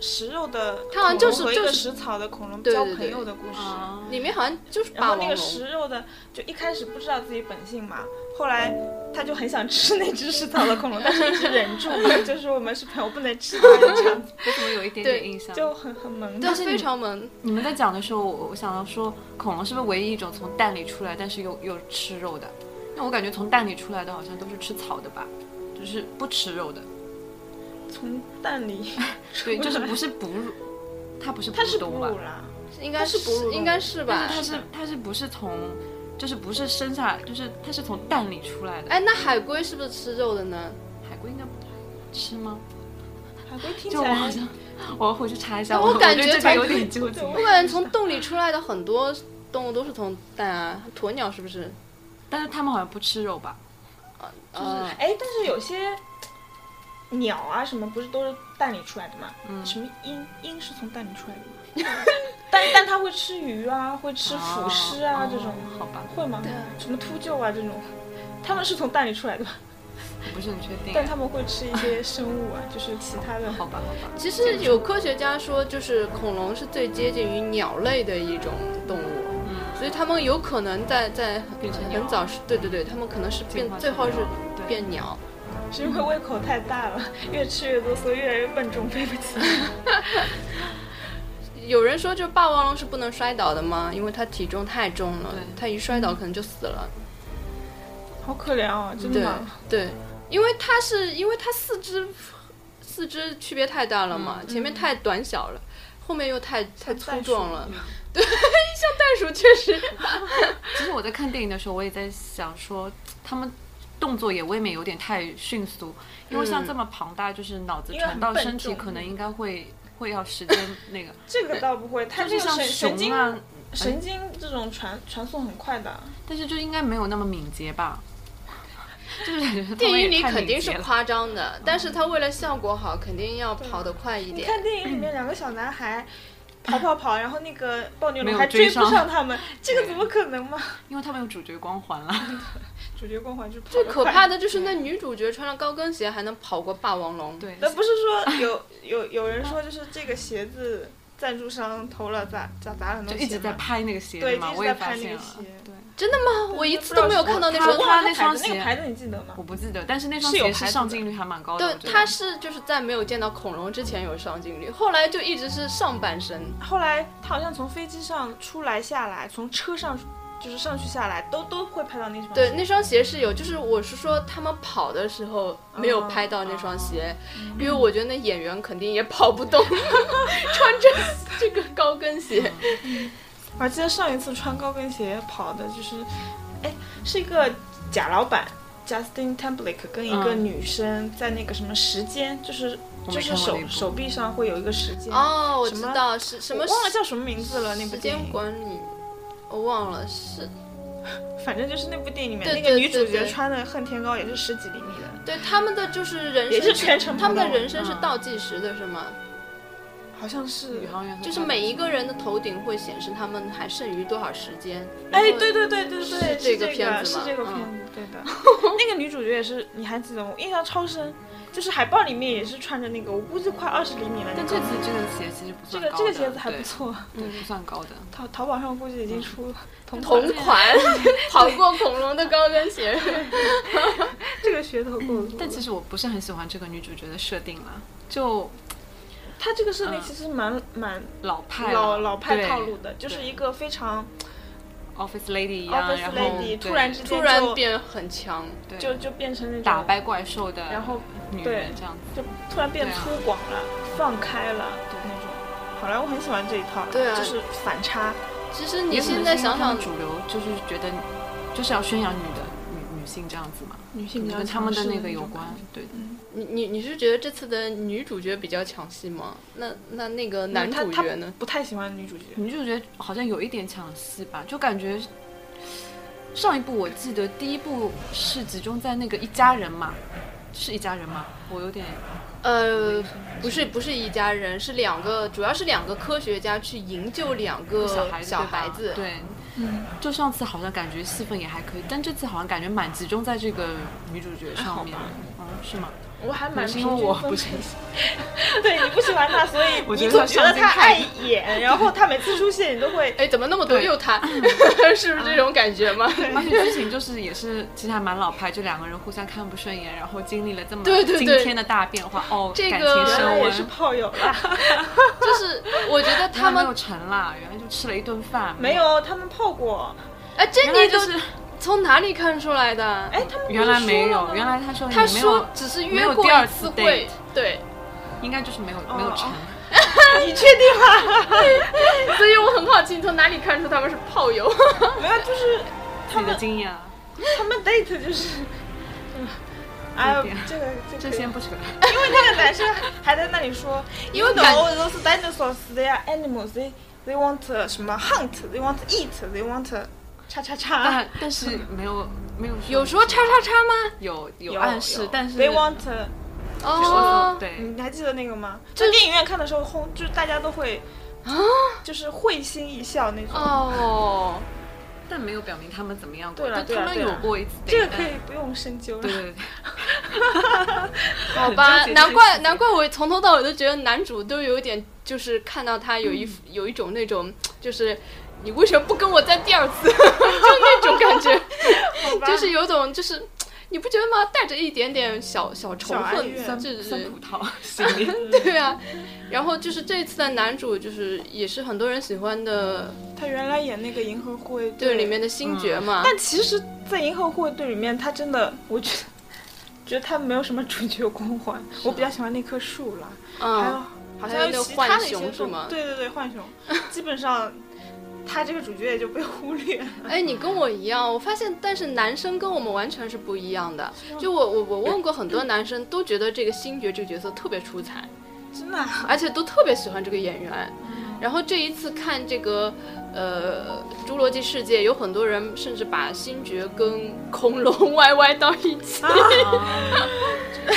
[SPEAKER 2] 食肉的恐龙
[SPEAKER 1] 它好像就是
[SPEAKER 2] 和一
[SPEAKER 1] 就
[SPEAKER 2] 个
[SPEAKER 1] 是
[SPEAKER 2] 食草的恐龙
[SPEAKER 1] 对
[SPEAKER 2] 交
[SPEAKER 1] 对
[SPEAKER 2] 朋
[SPEAKER 1] 对
[SPEAKER 2] 友的故事。
[SPEAKER 3] 啊，
[SPEAKER 1] 里面好像就是
[SPEAKER 2] 然
[SPEAKER 1] 霸
[SPEAKER 2] 后
[SPEAKER 1] 王
[SPEAKER 2] 那个
[SPEAKER 1] 龙。
[SPEAKER 2] 食肉的，就一开始不知道自己本性嘛，后来他就很想吃那只食草的 恐龙，但是一直忍住了，就说我们是朋友，不能吃它，这样子
[SPEAKER 3] 我怎么有一点
[SPEAKER 1] 对
[SPEAKER 3] 点印象？
[SPEAKER 2] 就很很萌。
[SPEAKER 1] 对，非常萌。
[SPEAKER 3] 你们在讲的时候，我我想到说，恐龙是不是唯一一种从蛋里出来，但是又又吃肉的？那我感觉从蛋里出来的好像都是吃草的吧，就是不吃肉的，
[SPEAKER 2] 从蛋里，
[SPEAKER 3] 对，就是不是哺乳，它不是哺
[SPEAKER 2] 它是
[SPEAKER 3] 乳
[SPEAKER 2] 哺
[SPEAKER 3] 动物吧？
[SPEAKER 2] 乳啦，
[SPEAKER 1] 应该是
[SPEAKER 2] 它是哺乳动物
[SPEAKER 1] 应该是吧
[SPEAKER 3] 但是？它是它是不是从，就是不是生下来，就是它是从蛋里出来的？
[SPEAKER 1] 哎，那海龟是不是吃肉的呢？
[SPEAKER 3] 海龟应该不吃吗？
[SPEAKER 2] 海龟听起
[SPEAKER 3] 就我
[SPEAKER 2] 来
[SPEAKER 3] 好像，我要回去查一下，
[SPEAKER 1] 我
[SPEAKER 3] 我
[SPEAKER 1] 感
[SPEAKER 3] 对
[SPEAKER 1] 觉
[SPEAKER 3] 这个
[SPEAKER 1] 海
[SPEAKER 3] 有
[SPEAKER 1] 龟
[SPEAKER 3] 点纠结。
[SPEAKER 1] 我感觉从洞里出来的很多动物都是从蛋啊，鸵鸟是不是？
[SPEAKER 3] 但是它们好像不吃肉吧？
[SPEAKER 1] 就是、
[SPEAKER 3] 哦
[SPEAKER 2] 哎，但是有些鸟啊什么不是都是蛋里出来的吗？
[SPEAKER 3] 嗯
[SPEAKER 2] 什么鹰，鹰是从蛋里出来的吗？ 但但它会吃鱼啊，会吃腐尸啊、
[SPEAKER 3] 哦
[SPEAKER 2] 这种，
[SPEAKER 3] 好吧？
[SPEAKER 2] 会吗？什么秃鹫啊这种，它们是从蛋里出来的吧？
[SPEAKER 3] 我不是很确定。
[SPEAKER 2] 但它们会吃一些生物 啊，就是其他的。
[SPEAKER 3] 好吧，好吧。
[SPEAKER 1] 其实有科学家说，就是恐龙是最接近于鸟类的一种动物，
[SPEAKER 3] 嗯，
[SPEAKER 1] 所以它们有可能在在
[SPEAKER 3] 变成鸟
[SPEAKER 1] 很早是，对对对，它们可能是变
[SPEAKER 3] 进化
[SPEAKER 1] 最后是
[SPEAKER 3] 成鸟对
[SPEAKER 1] 变鸟。
[SPEAKER 2] 是因为胃口太大了，越吃越多，所以越来越笨重，飞不起。
[SPEAKER 1] 有人说，就霸王龙是不能摔倒的吗？因为它体重太重了
[SPEAKER 3] 对，
[SPEAKER 1] 它一摔倒可能就死了。
[SPEAKER 2] 好可怜哦，真的
[SPEAKER 1] 对
[SPEAKER 2] 吗？
[SPEAKER 1] 对，因为它是因为它四肢四肢区别太大了嘛，
[SPEAKER 3] 嗯
[SPEAKER 1] 前面太短小了，后面又太太粗壮了。
[SPEAKER 3] 嗯
[SPEAKER 1] 对，像袋鼠确实，
[SPEAKER 3] 其实我在看电影的时候，我也在想说，他们动作也未免有点太迅速，因为像这么庞大，就是脑子
[SPEAKER 2] 嗯因为
[SPEAKER 3] 传到
[SPEAKER 2] 很笨
[SPEAKER 3] 身体，
[SPEAKER 2] 重嗯
[SPEAKER 3] 可能应该会会要时间那个，
[SPEAKER 2] 这个倒不会，它这
[SPEAKER 3] 就是
[SPEAKER 2] 个
[SPEAKER 3] 像
[SPEAKER 2] 神神
[SPEAKER 3] 熊
[SPEAKER 2] 经、
[SPEAKER 3] 啊，
[SPEAKER 2] 神经这种传传送很快的。
[SPEAKER 3] 但是就应该没有那么敏捷吧？ 就是感觉
[SPEAKER 1] 电影里
[SPEAKER 3] 他们也太
[SPEAKER 1] 肯定
[SPEAKER 3] 敏
[SPEAKER 1] 是
[SPEAKER 3] 捷了嗯
[SPEAKER 1] 夸张的，但是它为了效果好，肯定要跑得快一
[SPEAKER 2] 你
[SPEAKER 1] 点。
[SPEAKER 2] 看电影里面两个小男孩，跑跑 跑，然后那个暴牛
[SPEAKER 3] 没
[SPEAKER 2] 龙
[SPEAKER 3] 有
[SPEAKER 2] 还追
[SPEAKER 3] 追
[SPEAKER 2] 不
[SPEAKER 3] 上
[SPEAKER 2] 上他们，这个怎么可能嘛？
[SPEAKER 3] 因为他们有主角光环
[SPEAKER 2] 嗯
[SPEAKER 3] 了。
[SPEAKER 2] 主角光环就跑
[SPEAKER 1] 最
[SPEAKER 2] 得
[SPEAKER 1] 可
[SPEAKER 2] 快
[SPEAKER 1] 怕的就是那女主角穿了高跟鞋还能跑过霸王龙。，
[SPEAKER 3] 对，
[SPEAKER 2] 那不是说有有有人说就是这个鞋子赞助商投了砸砸砸了很多
[SPEAKER 3] 就
[SPEAKER 2] 钱
[SPEAKER 3] 一直在
[SPEAKER 2] 嘛
[SPEAKER 3] 拍那个鞋
[SPEAKER 2] 对，
[SPEAKER 3] 子
[SPEAKER 2] 一
[SPEAKER 3] 嘛，
[SPEAKER 2] 直
[SPEAKER 3] 我
[SPEAKER 2] 在
[SPEAKER 3] 也发
[SPEAKER 2] 拍那
[SPEAKER 3] 现
[SPEAKER 2] 个
[SPEAKER 3] 了
[SPEAKER 2] 鞋。。
[SPEAKER 3] 对，
[SPEAKER 1] 真的吗？啊我一次都没有看到那双
[SPEAKER 3] 我
[SPEAKER 1] 鞋
[SPEAKER 3] 我。
[SPEAKER 2] 哇，
[SPEAKER 3] 那
[SPEAKER 2] 牌
[SPEAKER 3] 双
[SPEAKER 2] 子那
[SPEAKER 3] 鞋
[SPEAKER 2] 个牌子你记得吗
[SPEAKER 3] 我？不记得，但是那双
[SPEAKER 2] 是有
[SPEAKER 3] 鞋
[SPEAKER 2] 牌
[SPEAKER 3] 是
[SPEAKER 2] 子
[SPEAKER 3] 上
[SPEAKER 2] 的
[SPEAKER 3] 镜率还蛮高的。
[SPEAKER 1] 对
[SPEAKER 3] 我，觉得
[SPEAKER 1] 他是就是在没有见到恐龙之前有上镜率，后来就一直是上半身。
[SPEAKER 2] 后来他好像从飞机上出来下来，从车上就是上去下来，都都会拍到那双鞋。
[SPEAKER 1] 对，那双鞋是有，就是我是说他们跑的时候没有
[SPEAKER 2] 哦嗯
[SPEAKER 1] 拍到那双鞋，因为我觉得那演员肯定也跑不动， 穿 着这个高跟鞋。
[SPEAKER 2] 嗯我还记得上一次穿高跟鞋跑的就是，哎，是一个贾老板 Justin Timberlake 跟一个
[SPEAKER 3] 嗯
[SPEAKER 2] 女生在那个什么时间，就是
[SPEAKER 3] 我没
[SPEAKER 2] 就是
[SPEAKER 3] 看过
[SPEAKER 2] 手
[SPEAKER 3] 那部
[SPEAKER 2] 手臂上会有一个时间，
[SPEAKER 1] 哦，我知
[SPEAKER 2] 什么
[SPEAKER 1] 道是什么
[SPEAKER 2] 我忘了叫什么名字了。那部
[SPEAKER 1] 时
[SPEAKER 2] 电
[SPEAKER 1] 间
[SPEAKER 2] 影，
[SPEAKER 1] 管理，我忘了是
[SPEAKER 2] 反正就是那部电影里面
[SPEAKER 1] 对
[SPEAKER 2] 那个
[SPEAKER 1] 对
[SPEAKER 2] 女主
[SPEAKER 1] 对
[SPEAKER 2] 角
[SPEAKER 1] 对
[SPEAKER 2] 穿的恨天高也是十几厘米的，
[SPEAKER 1] 对他们的就是人
[SPEAKER 2] 也
[SPEAKER 1] 生
[SPEAKER 2] 是全程
[SPEAKER 1] 他们
[SPEAKER 2] 跑
[SPEAKER 1] 的
[SPEAKER 2] 到
[SPEAKER 1] 人生是
[SPEAKER 3] 嗯
[SPEAKER 1] 倒计时的是吗？
[SPEAKER 2] 好像是
[SPEAKER 3] 宇。航员，
[SPEAKER 1] 就是每一个人的头顶会显示他们还剩余多少时间。然
[SPEAKER 2] 哎，
[SPEAKER 1] 后
[SPEAKER 2] 对对对对对
[SPEAKER 1] 是
[SPEAKER 2] 对，
[SPEAKER 1] 这个
[SPEAKER 2] 个
[SPEAKER 1] 片子
[SPEAKER 2] 是
[SPEAKER 1] 吗
[SPEAKER 2] 这个片
[SPEAKER 1] 嗯
[SPEAKER 2] 子，对的。 那个女主角也是，你还记得吗？我印象超深，就是海报里面也是穿着那个，我估计快二十厘米了那
[SPEAKER 3] 但这
[SPEAKER 2] 个。
[SPEAKER 3] 次这个鞋其实不
[SPEAKER 2] 这个
[SPEAKER 3] 算高的，
[SPEAKER 2] 这个鞋子还不
[SPEAKER 3] 对，嗯
[SPEAKER 2] 错，
[SPEAKER 3] 对，不算高的。
[SPEAKER 2] 淘淘宝上估计已经出了同款
[SPEAKER 1] 同款跑过恐龙的高跟鞋，
[SPEAKER 2] 这个噱头够足了。
[SPEAKER 3] 嗯但其实我不是很喜欢这个女主角的设定了，就
[SPEAKER 2] 它这个设定
[SPEAKER 3] 嗯
[SPEAKER 2] 其实蛮蛮
[SPEAKER 3] 老派
[SPEAKER 2] 老
[SPEAKER 3] 了
[SPEAKER 2] 老派
[SPEAKER 3] 对
[SPEAKER 2] 套路的，就是
[SPEAKER 3] 对
[SPEAKER 2] 一个非常
[SPEAKER 3] office lady 一样，
[SPEAKER 2] office
[SPEAKER 3] 然后
[SPEAKER 2] lady，
[SPEAKER 3] 对
[SPEAKER 2] 突然之间
[SPEAKER 1] 突然变很强。
[SPEAKER 3] 对
[SPEAKER 2] 就就就变成那种
[SPEAKER 3] 打败怪兽的，
[SPEAKER 2] 然后
[SPEAKER 3] 女
[SPEAKER 2] 对
[SPEAKER 3] 人这样子。
[SPEAKER 2] 就突然变
[SPEAKER 3] 对啊
[SPEAKER 2] 粗犷了，放开了的那种。好莱坞很喜欢这一套，
[SPEAKER 1] 对啊
[SPEAKER 2] 就是反差。
[SPEAKER 1] 其实你
[SPEAKER 3] 也可能
[SPEAKER 1] 现在
[SPEAKER 3] 是因为
[SPEAKER 1] 想
[SPEAKER 3] 他们
[SPEAKER 1] 想，
[SPEAKER 3] 主流就是觉得就是要宣扬女的女女性这样子嘛，
[SPEAKER 2] 女
[SPEAKER 3] 可
[SPEAKER 2] 性
[SPEAKER 3] 能跟他们的那个有关。对，
[SPEAKER 1] 你你你是觉得这次的女主角比较抢戏吗？那那那个男
[SPEAKER 2] 他
[SPEAKER 1] 主
[SPEAKER 2] 他
[SPEAKER 1] 角呢？
[SPEAKER 2] 不太喜欢女主角，
[SPEAKER 3] 女主角好像有一点抢戏吧，就感觉上一部我记得第一部是集中在那个一家人嘛，是一家人嘛，我有点
[SPEAKER 1] 呃，不是不是一家人，是两个，主要是两个科学家去营救两个
[SPEAKER 3] 小孩子
[SPEAKER 1] 呃小
[SPEAKER 3] 对吧
[SPEAKER 1] 孩子
[SPEAKER 3] 对。
[SPEAKER 2] 嗯，
[SPEAKER 3] 就上次好像感觉戏份也还可以，但这次好像感觉蛮集中在这个女主角
[SPEAKER 2] 还好
[SPEAKER 3] 上面
[SPEAKER 2] 吧。
[SPEAKER 3] 嗯，是吗？
[SPEAKER 2] 我还
[SPEAKER 3] 可能
[SPEAKER 2] 蛮
[SPEAKER 3] 是
[SPEAKER 2] 平
[SPEAKER 3] 因
[SPEAKER 2] 均
[SPEAKER 3] 为
[SPEAKER 2] 分配。
[SPEAKER 3] 我不是很
[SPEAKER 2] 对你不喜欢她，所以
[SPEAKER 3] 我
[SPEAKER 2] 你
[SPEAKER 3] 觉得
[SPEAKER 2] 总
[SPEAKER 3] 她
[SPEAKER 2] 觉得
[SPEAKER 3] 上镜
[SPEAKER 2] 她
[SPEAKER 3] 太
[SPEAKER 2] 碍眼，然后她每次出现你都 会
[SPEAKER 1] 哎，怎么那么多
[SPEAKER 3] 对
[SPEAKER 1] 又他？ 是不是这种感觉吗？
[SPEAKER 3] 而且剧情就是也是其实还蛮老派，就两个人互相看不顺眼，然后经历了这么
[SPEAKER 1] 对对对
[SPEAKER 3] 惊天的大变化，哦，
[SPEAKER 1] 这
[SPEAKER 3] 感
[SPEAKER 1] 个
[SPEAKER 3] 情
[SPEAKER 2] 原来
[SPEAKER 3] 升
[SPEAKER 2] 也是
[SPEAKER 3] 温。
[SPEAKER 2] 炮友啦。
[SPEAKER 1] 就是我觉得他
[SPEAKER 3] 原来没
[SPEAKER 1] 们
[SPEAKER 3] 有成啦，原来就吃了一顿饭。
[SPEAKER 2] 没，有，他们泡过。
[SPEAKER 1] 哎，这
[SPEAKER 3] 原
[SPEAKER 1] 你
[SPEAKER 3] 来
[SPEAKER 1] 都
[SPEAKER 3] 就是
[SPEAKER 1] 从哪里看出来的？
[SPEAKER 2] 哎，他们不是
[SPEAKER 3] 原来没
[SPEAKER 2] 说了
[SPEAKER 3] 有，
[SPEAKER 2] 吗
[SPEAKER 3] 原来他说你
[SPEAKER 1] 他
[SPEAKER 3] 没有
[SPEAKER 1] 说，只是
[SPEAKER 3] 没
[SPEAKER 1] 约
[SPEAKER 3] 有
[SPEAKER 1] 过
[SPEAKER 3] 第二
[SPEAKER 1] 一
[SPEAKER 3] 次
[SPEAKER 1] 次
[SPEAKER 3] date
[SPEAKER 1] 会，对，
[SPEAKER 3] 应该就是没有没有成
[SPEAKER 2] 哦。你确定吗？
[SPEAKER 1] 所以我很好奇，你从哪里看出他们是炮友？
[SPEAKER 2] 没有，就是他
[SPEAKER 3] 你的
[SPEAKER 2] 们
[SPEAKER 3] 经验啊，
[SPEAKER 2] 他们 date 就是。哎
[SPEAKER 3] 有
[SPEAKER 2] 呦
[SPEAKER 3] 点，
[SPEAKER 2] 这个这个，
[SPEAKER 3] 这先不扯。
[SPEAKER 2] 因为那个男生还在那里说，You
[SPEAKER 1] 为感
[SPEAKER 2] know those dinosaurs they are animals they they want to 什么 hunt they want to eat they want to 叉叉叉
[SPEAKER 3] 但但是没有没有
[SPEAKER 1] 有说叉叉叉吗？
[SPEAKER 3] 有有暗示
[SPEAKER 2] 有，
[SPEAKER 3] 但是
[SPEAKER 2] they want to-
[SPEAKER 1] 哦，
[SPEAKER 3] 对
[SPEAKER 2] 你还记得那个吗？
[SPEAKER 1] 就
[SPEAKER 2] 在
[SPEAKER 1] 是
[SPEAKER 2] 电影院看的时候，轰，就是大家都会啊，就是会心一笑那种。
[SPEAKER 1] 哦，
[SPEAKER 3] 但没有表明他们怎么样过，
[SPEAKER 2] 对了
[SPEAKER 3] 就
[SPEAKER 2] 对
[SPEAKER 3] 他
[SPEAKER 2] 了
[SPEAKER 3] 们
[SPEAKER 2] 对了
[SPEAKER 3] 有过一次 date，
[SPEAKER 2] 这个
[SPEAKER 3] 呃
[SPEAKER 2] 可以不用深究
[SPEAKER 3] 但。对
[SPEAKER 2] 了。
[SPEAKER 3] 对对，
[SPEAKER 1] 好吧，
[SPEAKER 3] 很纠结
[SPEAKER 1] 难怪
[SPEAKER 3] 这个事情
[SPEAKER 1] 难怪我从头到尾都觉得男主都有点，就是看到他有一、 有一种那种，就是你为什么不跟我再第二次， 就那种感 觉，就是有种就是。你不觉得吗？带着一点点小小仇
[SPEAKER 2] 小哀
[SPEAKER 1] 恨，
[SPEAKER 2] 怨
[SPEAKER 3] 酸
[SPEAKER 1] 就是
[SPEAKER 3] 酸葡萄心里。
[SPEAKER 1] 对啊，然后就是这次的男主，就是也是很多人喜欢的
[SPEAKER 2] 他原来演那个《银河护卫队
[SPEAKER 1] 队》里面，的星爵嘛。
[SPEAKER 2] 嗯但其实，在《银河护卫队》里面，他真的，我觉得。觉得他没有什么主角光环，我比较喜欢那棵树啦，还有
[SPEAKER 1] 嗯，
[SPEAKER 2] 好
[SPEAKER 1] 还有
[SPEAKER 2] 像
[SPEAKER 1] 那
[SPEAKER 2] 有
[SPEAKER 1] 个
[SPEAKER 2] 其他
[SPEAKER 1] 浣
[SPEAKER 2] 的一些
[SPEAKER 1] 熊是
[SPEAKER 2] 动物
[SPEAKER 1] 吗
[SPEAKER 2] 对对对，浣熊，基本上他这个主角也就被忽 略了。
[SPEAKER 1] 哎，你跟我一样，我发现，但是男生跟我们完全是不一样的。就我我我问过很多男生，都觉得这个星爵这个角色特别出彩，
[SPEAKER 2] 真的啊，
[SPEAKER 1] 而且都特别喜欢这个演员。然后这一次看这个，呃，《侏罗纪世界》，有很多 人甚至把星爵跟恐龙 YY 到一起。
[SPEAKER 3] 啊，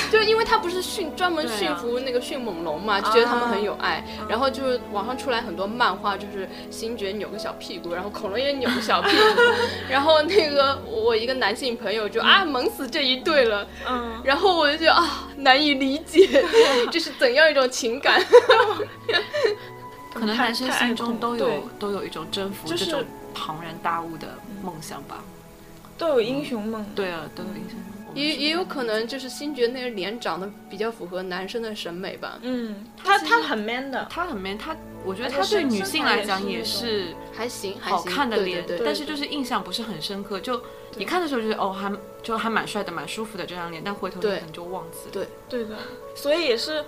[SPEAKER 3] 这
[SPEAKER 1] 就因为他不是驯专门
[SPEAKER 3] 对啊
[SPEAKER 1] 驯服那个迅猛龙嘛，就觉得他们很有爱。然后就是网上出来很多漫画，就是星爵扭个小屁股，然后恐龙也扭个小屁 股，然后那个我一个男性朋友就啊萌死这一对了，
[SPEAKER 2] 嗯，
[SPEAKER 1] 然后我就觉得啊难以理解，这是怎样一种情 感？
[SPEAKER 3] 可能
[SPEAKER 2] 太
[SPEAKER 3] 男生
[SPEAKER 2] 太爱
[SPEAKER 3] 心中
[SPEAKER 2] 哭
[SPEAKER 3] 都
[SPEAKER 1] 对
[SPEAKER 3] 有都有一种征服
[SPEAKER 2] 就是
[SPEAKER 3] 这种庞然大物的梦想吧。
[SPEAKER 2] 都有英雄梦。
[SPEAKER 3] 对啊，
[SPEAKER 2] 嗯
[SPEAKER 3] 都有影响。
[SPEAKER 1] 也也有可能就是星爵那个脸长得比较符合男生的审美吧，
[SPEAKER 2] 嗯，他
[SPEAKER 3] 其实
[SPEAKER 2] 他很 man 的，
[SPEAKER 3] 他很 man，他我觉得
[SPEAKER 2] 而且
[SPEAKER 3] 他对
[SPEAKER 2] 身
[SPEAKER 3] 女
[SPEAKER 2] 身
[SPEAKER 3] 性
[SPEAKER 2] 材
[SPEAKER 3] 来
[SPEAKER 2] 也
[SPEAKER 3] 讲
[SPEAKER 2] 是
[SPEAKER 3] 也
[SPEAKER 2] 那种
[SPEAKER 3] 是
[SPEAKER 1] 还行，还行
[SPEAKER 3] 好看的脸
[SPEAKER 1] 对，对对
[SPEAKER 3] 但是就是印象不是很深刻，就你看的时候觉得哦，还就还蛮帅的，蛮舒服的这张脸，但回头你
[SPEAKER 1] 对
[SPEAKER 3] 可能就忘记了。
[SPEAKER 1] 对
[SPEAKER 2] 对的，所以也是。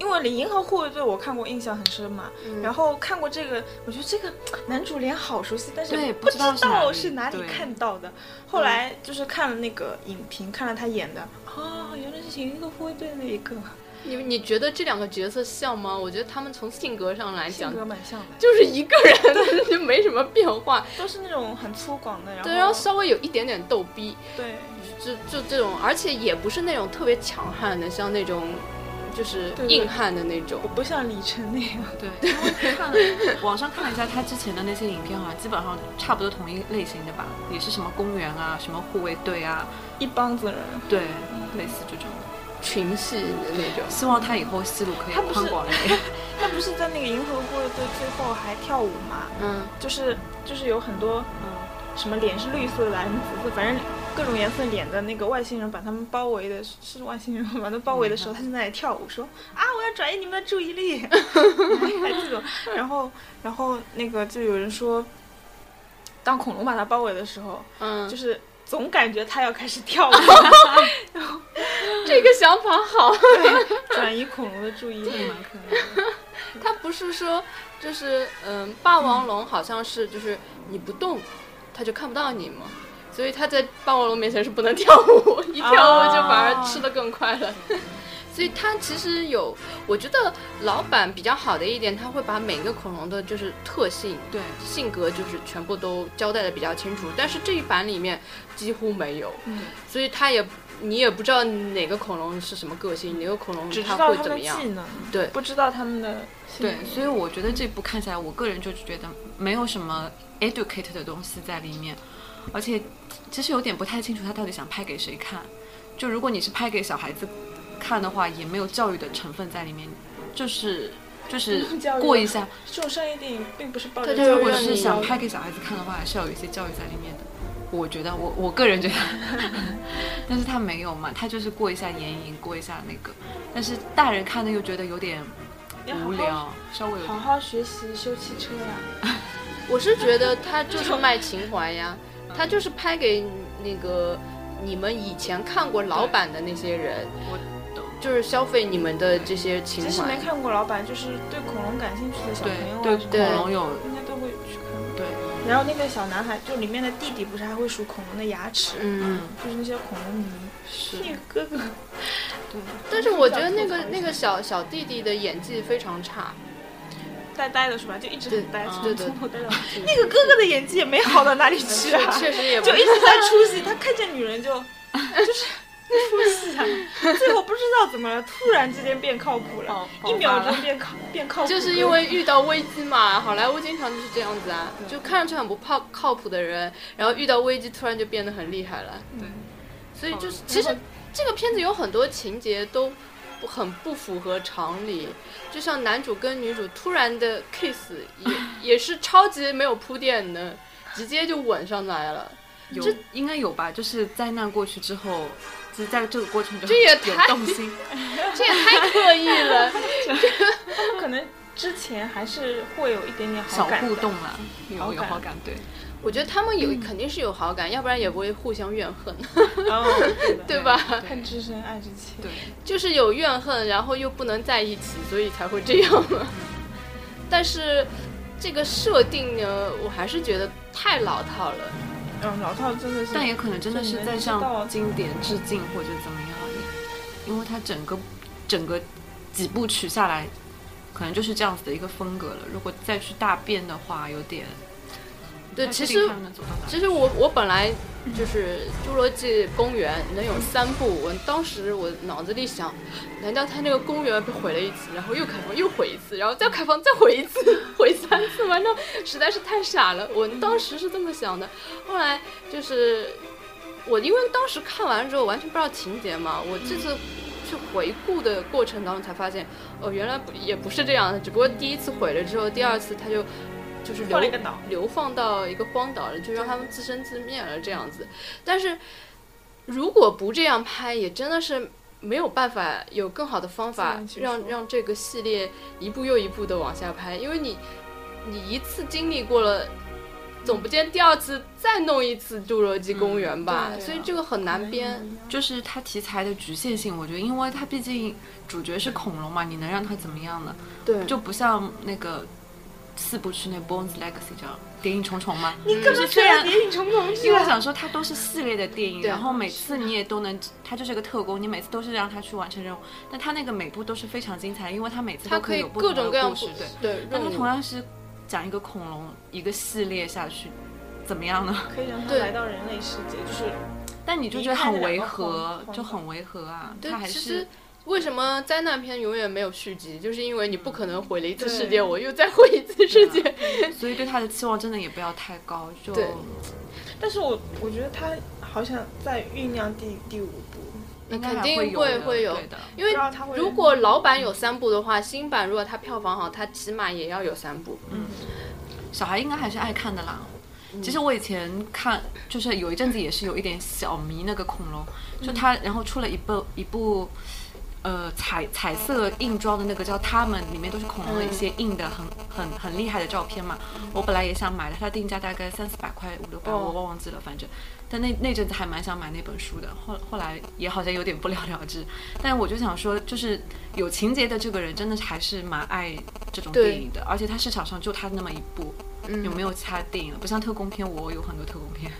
[SPEAKER 2] 因为《李银河护卫队》我看过，印象很深嘛。然后看过这个，我觉得这个男主脸好熟悉，但是
[SPEAKER 3] 对
[SPEAKER 2] 不
[SPEAKER 3] 不
[SPEAKER 2] 知
[SPEAKER 3] 知道是哪
[SPEAKER 2] 道
[SPEAKER 3] 里
[SPEAKER 2] 是哪里
[SPEAKER 3] 对
[SPEAKER 2] 看到的。后来就是看了那个影评，看了他演的，哦，原来是《银河护卫队》那一个，
[SPEAKER 1] 你你觉得这两个角色像吗？我觉得他们从性格上来
[SPEAKER 2] 性
[SPEAKER 1] 讲，
[SPEAKER 2] 格蛮像的，
[SPEAKER 1] 就是一个人，就没什么变化。
[SPEAKER 2] 都是那种很粗犷 的，然后
[SPEAKER 1] 对，然后稍微有一点点逗逼，
[SPEAKER 2] 对
[SPEAKER 1] 就就这种，而且也不是那种特别强悍的，像那种就是
[SPEAKER 2] 对
[SPEAKER 1] 硬汉的那种
[SPEAKER 2] 我。不像李晨那样，
[SPEAKER 3] 对，因为看 了网上看了一下他之前的那些影片，好像基本上差不多同一类型的吧，也是什么公园啊，什么护卫队啊，
[SPEAKER 2] 一帮子人。
[SPEAKER 3] 对，类似这种。
[SPEAKER 1] 群戏的那种。
[SPEAKER 3] 希望他以后戏路可以
[SPEAKER 2] 他不是
[SPEAKER 3] 宽广一点。
[SPEAKER 2] 他不是在那个《银河护卫队》最后还跳舞嘛？
[SPEAKER 1] 嗯，
[SPEAKER 2] 就是就是有很多
[SPEAKER 3] 嗯
[SPEAKER 2] 什么脸是绿色的，还是紫色，反正各种颜色脸的那个外星人把他们包围的，是是外星人 把他们包围的时候，他就在那里跳舞，说啊，我要转移你们的注意力，还这种。然后然后那个就有人说，当恐龙把他包围的时候，
[SPEAKER 1] 嗯，
[SPEAKER 2] 就
[SPEAKER 1] 就是
[SPEAKER 2] 是总感觉他要开始跳舞，
[SPEAKER 1] 这个想法好。
[SPEAKER 2] 转移恐龙的注意力。
[SPEAKER 3] 蛮可爱的。
[SPEAKER 1] 他不是说，就是嗯，霸王龙好像是就是你不动，他就看不到你嘛。所以他在霸王龙面前是不能跳舞，一跳舞就反而吃得更快了。 所以他其实有，我觉得老板比较好的一点，他会把每个恐龙的就是特性、
[SPEAKER 3] 对，
[SPEAKER 1] 性格就是全部都交代的比较清楚。但是这一版里面几乎没有，
[SPEAKER 2] 嗯
[SPEAKER 1] 所以他也你也不知道哪个恐龙是什么个性，哪个恐龙
[SPEAKER 2] 只知
[SPEAKER 1] 它
[SPEAKER 2] 道
[SPEAKER 1] 会
[SPEAKER 2] 他
[SPEAKER 1] 怎
[SPEAKER 2] 们
[SPEAKER 1] 么
[SPEAKER 2] 技
[SPEAKER 1] 样。
[SPEAKER 2] 能，
[SPEAKER 1] 对
[SPEAKER 2] 不知道他们的性
[SPEAKER 3] 对
[SPEAKER 2] 格，
[SPEAKER 3] 所以我觉得这部看起来，我个人就觉得没有什么 educate 的东西在里面，而且其实有点不太清楚他到底想拍给谁看。就如果你是拍给小孩子看的话，也没有教育的成分在里面，就是就是
[SPEAKER 2] 教育
[SPEAKER 3] 过一下。
[SPEAKER 2] 这种商业电影并不是抱着
[SPEAKER 1] 对
[SPEAKER 2] 教
[SPEAKER 1] 就
[SPEAKER 3] 如
[SPEAKER 2] 育
[SPEAKER 3] 果
[SPEAKER 1] 让
[SPEAKER 3] 是
[SPEAKER 1] 你
[SPEAKER 3] 想拍给小孩子看的话，还是要有一些教育在里面的。我觉得，我我个人觉得， 但是他没有嘛，他就是过一下眼瘾，过一下那个，但是大人看的又觉得有点
[SPEAKER 2] 要好好
[SPEAKER 3] 无聊，稍微有点
[SPEAKER 2] 好好学习修汽车呀、
[SPEAKER 1] 我是觉得他就是卖情怀呀，
[SPEAKER 2] 嗯
[SPEAKER 1] 他就是拍给那个你们以前看过老版的那些人，
[SPEAKER 3] 我懂。
[SPEAKER 1] 就是消费你们的这些情
[SPEAKER 2] 即使没
[SPEAKER 1] 怀。
[SPEAKER 2] 看过老板，就是对恐龙感兴趣的小
[SPEAKER 3] 对
[SPEAKER 2] 朋友啊，
[SPEAKER 3] 对，
[SPEAKER 2] 什么
[SPEAKER 1] 对
[SPEAKER 3] 恐龙有
[SPEAKER 2] 应该都会去看。
[SPEAKER 3] 对，
[SPEAKER 2] 然后那个小男孩，就里面的弟弟，不是还会数恐龙的牙齿，
[SPEAKER 1] 嗯，
[SPEAKER 2] 就是那些恐龙迷。
[SPEAKER 3] 是
[SPEAKER 2] 那个哥哥，
[SPEAKER 3] 对，
[SPEAKER 1] 但是我觉得那个那个小小弟弟的演技非常 差，
[SPEAKER 2] 呆呆的是吧？就一直很呆，
[SPEAKER 3] 对
[SPEAKER 2] 从
[SPEAKER 1] 对对
[SPEAKER 2] 从头呆到尾。那个哥哥的演技也没好到哪里去啊，
[SPEAKER 1] 确实也不
[SPEAKER 2] 就一直在出戏，他看见女人就就是出戏啊。最后不知道怎么了，突然之间变靠谱了
[SPEAKER 3] 爆，
[SPEAKER 2] 一
[SPEAKER 3] 爆
[SPEAKER 2] 秒
[SPEAKER 3] 发
[SPEAKER 2] 钟变靠变靠谱，
[SPEAKER 1] 就是因为遇到危机嘛，好莱坞经常就是这样子啊，
[SPEAKER 3] 对
[SPEAKER 1] 就看上去很不靠靠谱的人，然后遇到危机突然就变得很厉害了。
[SPEAKER 3] 对，
[SPEAKER 1] 所以就是其实这个片子有很多情节都不很不符合常理，就像男主跟女主突然的 kiss 也也是超级没有铺垫 的，直接就吻上来了，
[SPEAKER 3] 有
[SPEAKER 1] 这
[SPEAKER 3] 应该有吧？就是灾难过去之后，就是在这个过程中
[SPEAKER 1] 这也
[SPEAKER 3] 有
[SPEAKER 1] 太
[SPEAKER 3] 动心，
[SPEAKER 1] 这也太刻意 了。
[SPEAKER 2] 他们可能之前还是会有一点点好
[SPEAKER 3] 小
[SPEAKER 2] 感的
[SPEAKER 3] 互动啦，有有
[SPEAKER 2] 好感
[SPEAKER 3] 好感，对，
[SPEAKER 1] 我觉得他们有肯定是有好感，要不然也不会互相怨恨，
[SPEAKER 2] 哦，
[SPEAKER 1] 对吧？
[SPEAKER 2] 恨之深，爱之切。
[SPEAKER 3] 对，
[SPEAKER 1] 就是有怨恨，然后又不能在一起，所以才会这样嘛。 但是这个设定呢，我还是觉得太老套了。
[SPEAKER 2] 嗯，老套真的是，
[SPEAKER 3] 但也可能真的
[SPEAKER 2] 就是你能
[SPEAKER 3] 在
[SPEAKER 2] 知道
[SPEAKER 3] 向经典致敬或者怎么样，因为它整个整个几部曲下来，可能就是这样子的一个风格了。如果再去大变的话，有点
[SPEAKER 1] 对
[SPEAKER 3] 不太
[SPEAKER 1] 其
[SPEAKER 3] 确定
[SPEAKER 1] 实
[SPEAKER 3] 他们能走到哪。
[SPEAKER 1] 其实我我本来就是《侏罗纪公园》能有三部，我当时我脑子里想，难道他那个公园被毁了一次，然后又开放又毁一次，然后再开放再毁一次，毁三次吗？那实在是太傻了。我当时是这么想的，后来就是我因为当时看完之后完全不知道情节嘛，我这次。去回顾的过程当中才发现，哦，原来不也不是这样的，只不过第一次毁了之后，第二次他就就是留
[SPEAKER 2] 换了一个脑。
[SPEAKER 1] 流放到一个荒岛了，就让他们自生自灭了这样子。但是如果不这样拍，也真的是没有办法有更好的方
[SPEAKER 2] 自
[SPEAKER 1] 法
[SPEAKER 2] 圆其
[SPEAKER 1] 让
[SPEAKER 2] 说
[SPEAKER 1] 让这个系列一步又一步的往下拍，因为你你一次经历过了。总不见第二次再弄一次《侏罗纪公园》吧，
[SPEAKER 2] 对啊
[SPEAKER 1] 所以这个很难编。
[SPEAKER 2] 嗯
[SPEAKER 3] 就是它题材的局限性，我觉得，因为它毕竟主角是恐龙嘛，你能让它怎么样呢？
[SPEAKER 1] 对
[SPEAKER 3] 就不像那个四部曲那《Bones Legacy》这样谍影重重嘛。
[SPEAKER 2] 你根本
[SPEAKER 3] 就是
[SPEAKER 2] 虽
[SPEAKER 3] 虽然
[SPEAKER 2] 然谍影重重去
[SPEAKER 3] 因为我
[SPEAKER 2] 了，
[SPEAKER 3] 想说，它都是系列的电影，
[SPEAKER 1] 啊对啊
[SPEAKER 3] 然后每次你也都能，它就是个特工，你每次都是让他去完成任务，但他那个每部都是非常精彩，因为他每次
[SPEAKER 1] 它
[SPEAKER 3] 都
[SPEAKER 1] 可以
[SPEAKER 3] 有不
[SPEAKER 1] 各
[SPEAKER 3] 同
[SPEAKER 1] 种
[SPEAKER 3] 的
[SPEAKER 1] 各样
[SPEAKER 3] 故事
[SPEAKER 1] 不，
[SPEAKER 3] 对。
[SPEAKER 1] 对，
[SPEAKER 3] 但他
[SPEAKER 1] 任务
[SPEAKER 3] 同样是讲一个恐龙一个系列下去，怎么 样呢？
[SPEAKER 2] 可以让他
[SPEAKER 1] 对
[SPEAKER 2] 来到人类世界，就是
[SPEAKER 3] 但你就觉得很违和
[SPEAKER 2] 离开了两个，荒
[SPEAKER 3] 就很违和啊。
[SPEAKER 1] 对
[SPEAKER 3] 他，还
[SPEAKER 1] 其实
[SPEAKER 3] 是
[SPEAKER 1] 为什么灾难片永远没有续集，就是因为你不可能毁了一次
[SPEAKER 2] 对
[SPEAKER 1] 世界，我又再毁一次世界。
[SPEAKER 3] 所以对啊他的期望真的也不要太高，就
[SPEAKER 1] 对
[SPEAKER 2] 但是我我觉得他好像在酝酿第第五部，
[SPEAKER 1] 那
[SPEAKER 3] 应该
[SPEAKER 1] 肯
[SPEAKER 3] 还
[SPEAKER 1] 定
[SPEAKER 3] 会
[SPEAKER 1] 会
[SPEAKER 3] 有的
[SPEAKER 1] 会有
[SPEAKER 3] 对的。
[SPEAKER 1] 因为
[SPEAKER 2] 不知道他会
[SPEAKER 1] 如果老版有三部的话，新版如果它票房好，它起码也要有三部。
[SPEAKER 3] 嗯小孩应该还是爱看的啦。
[SPEAKER 1] 嗯
[SPEAKER 3] 其实我以前看，就是有一阵子也是有一点小迷那个恐龙，
[SPEAKER 1] 嗯
[SPEAKER 3] 就他，然后出了一部一部，呃，彩彩色硬装的那个叫《他们》，里面都是恐龙的一些硬的很很很厉害的照片嘛。我本来也想买的，它定价大概三四百块五六百，
[SPEAKER 1] 哦
[SPEAKER 3] 我忘记了，反正。但那那阵子还蛮想买那本书的，后后来也好像有点不了了之。但我就想说，就是有情节的这个人，真的还是蛮爱这种
[SPEAKER 1] 对
[SPEAKER 3] 电影的，而且他市场上就他那么一部，
[SPEAKER 1] 嗯
[SPEAKER 3] 有没有其他电影了？不像特工片，我有很多特工片，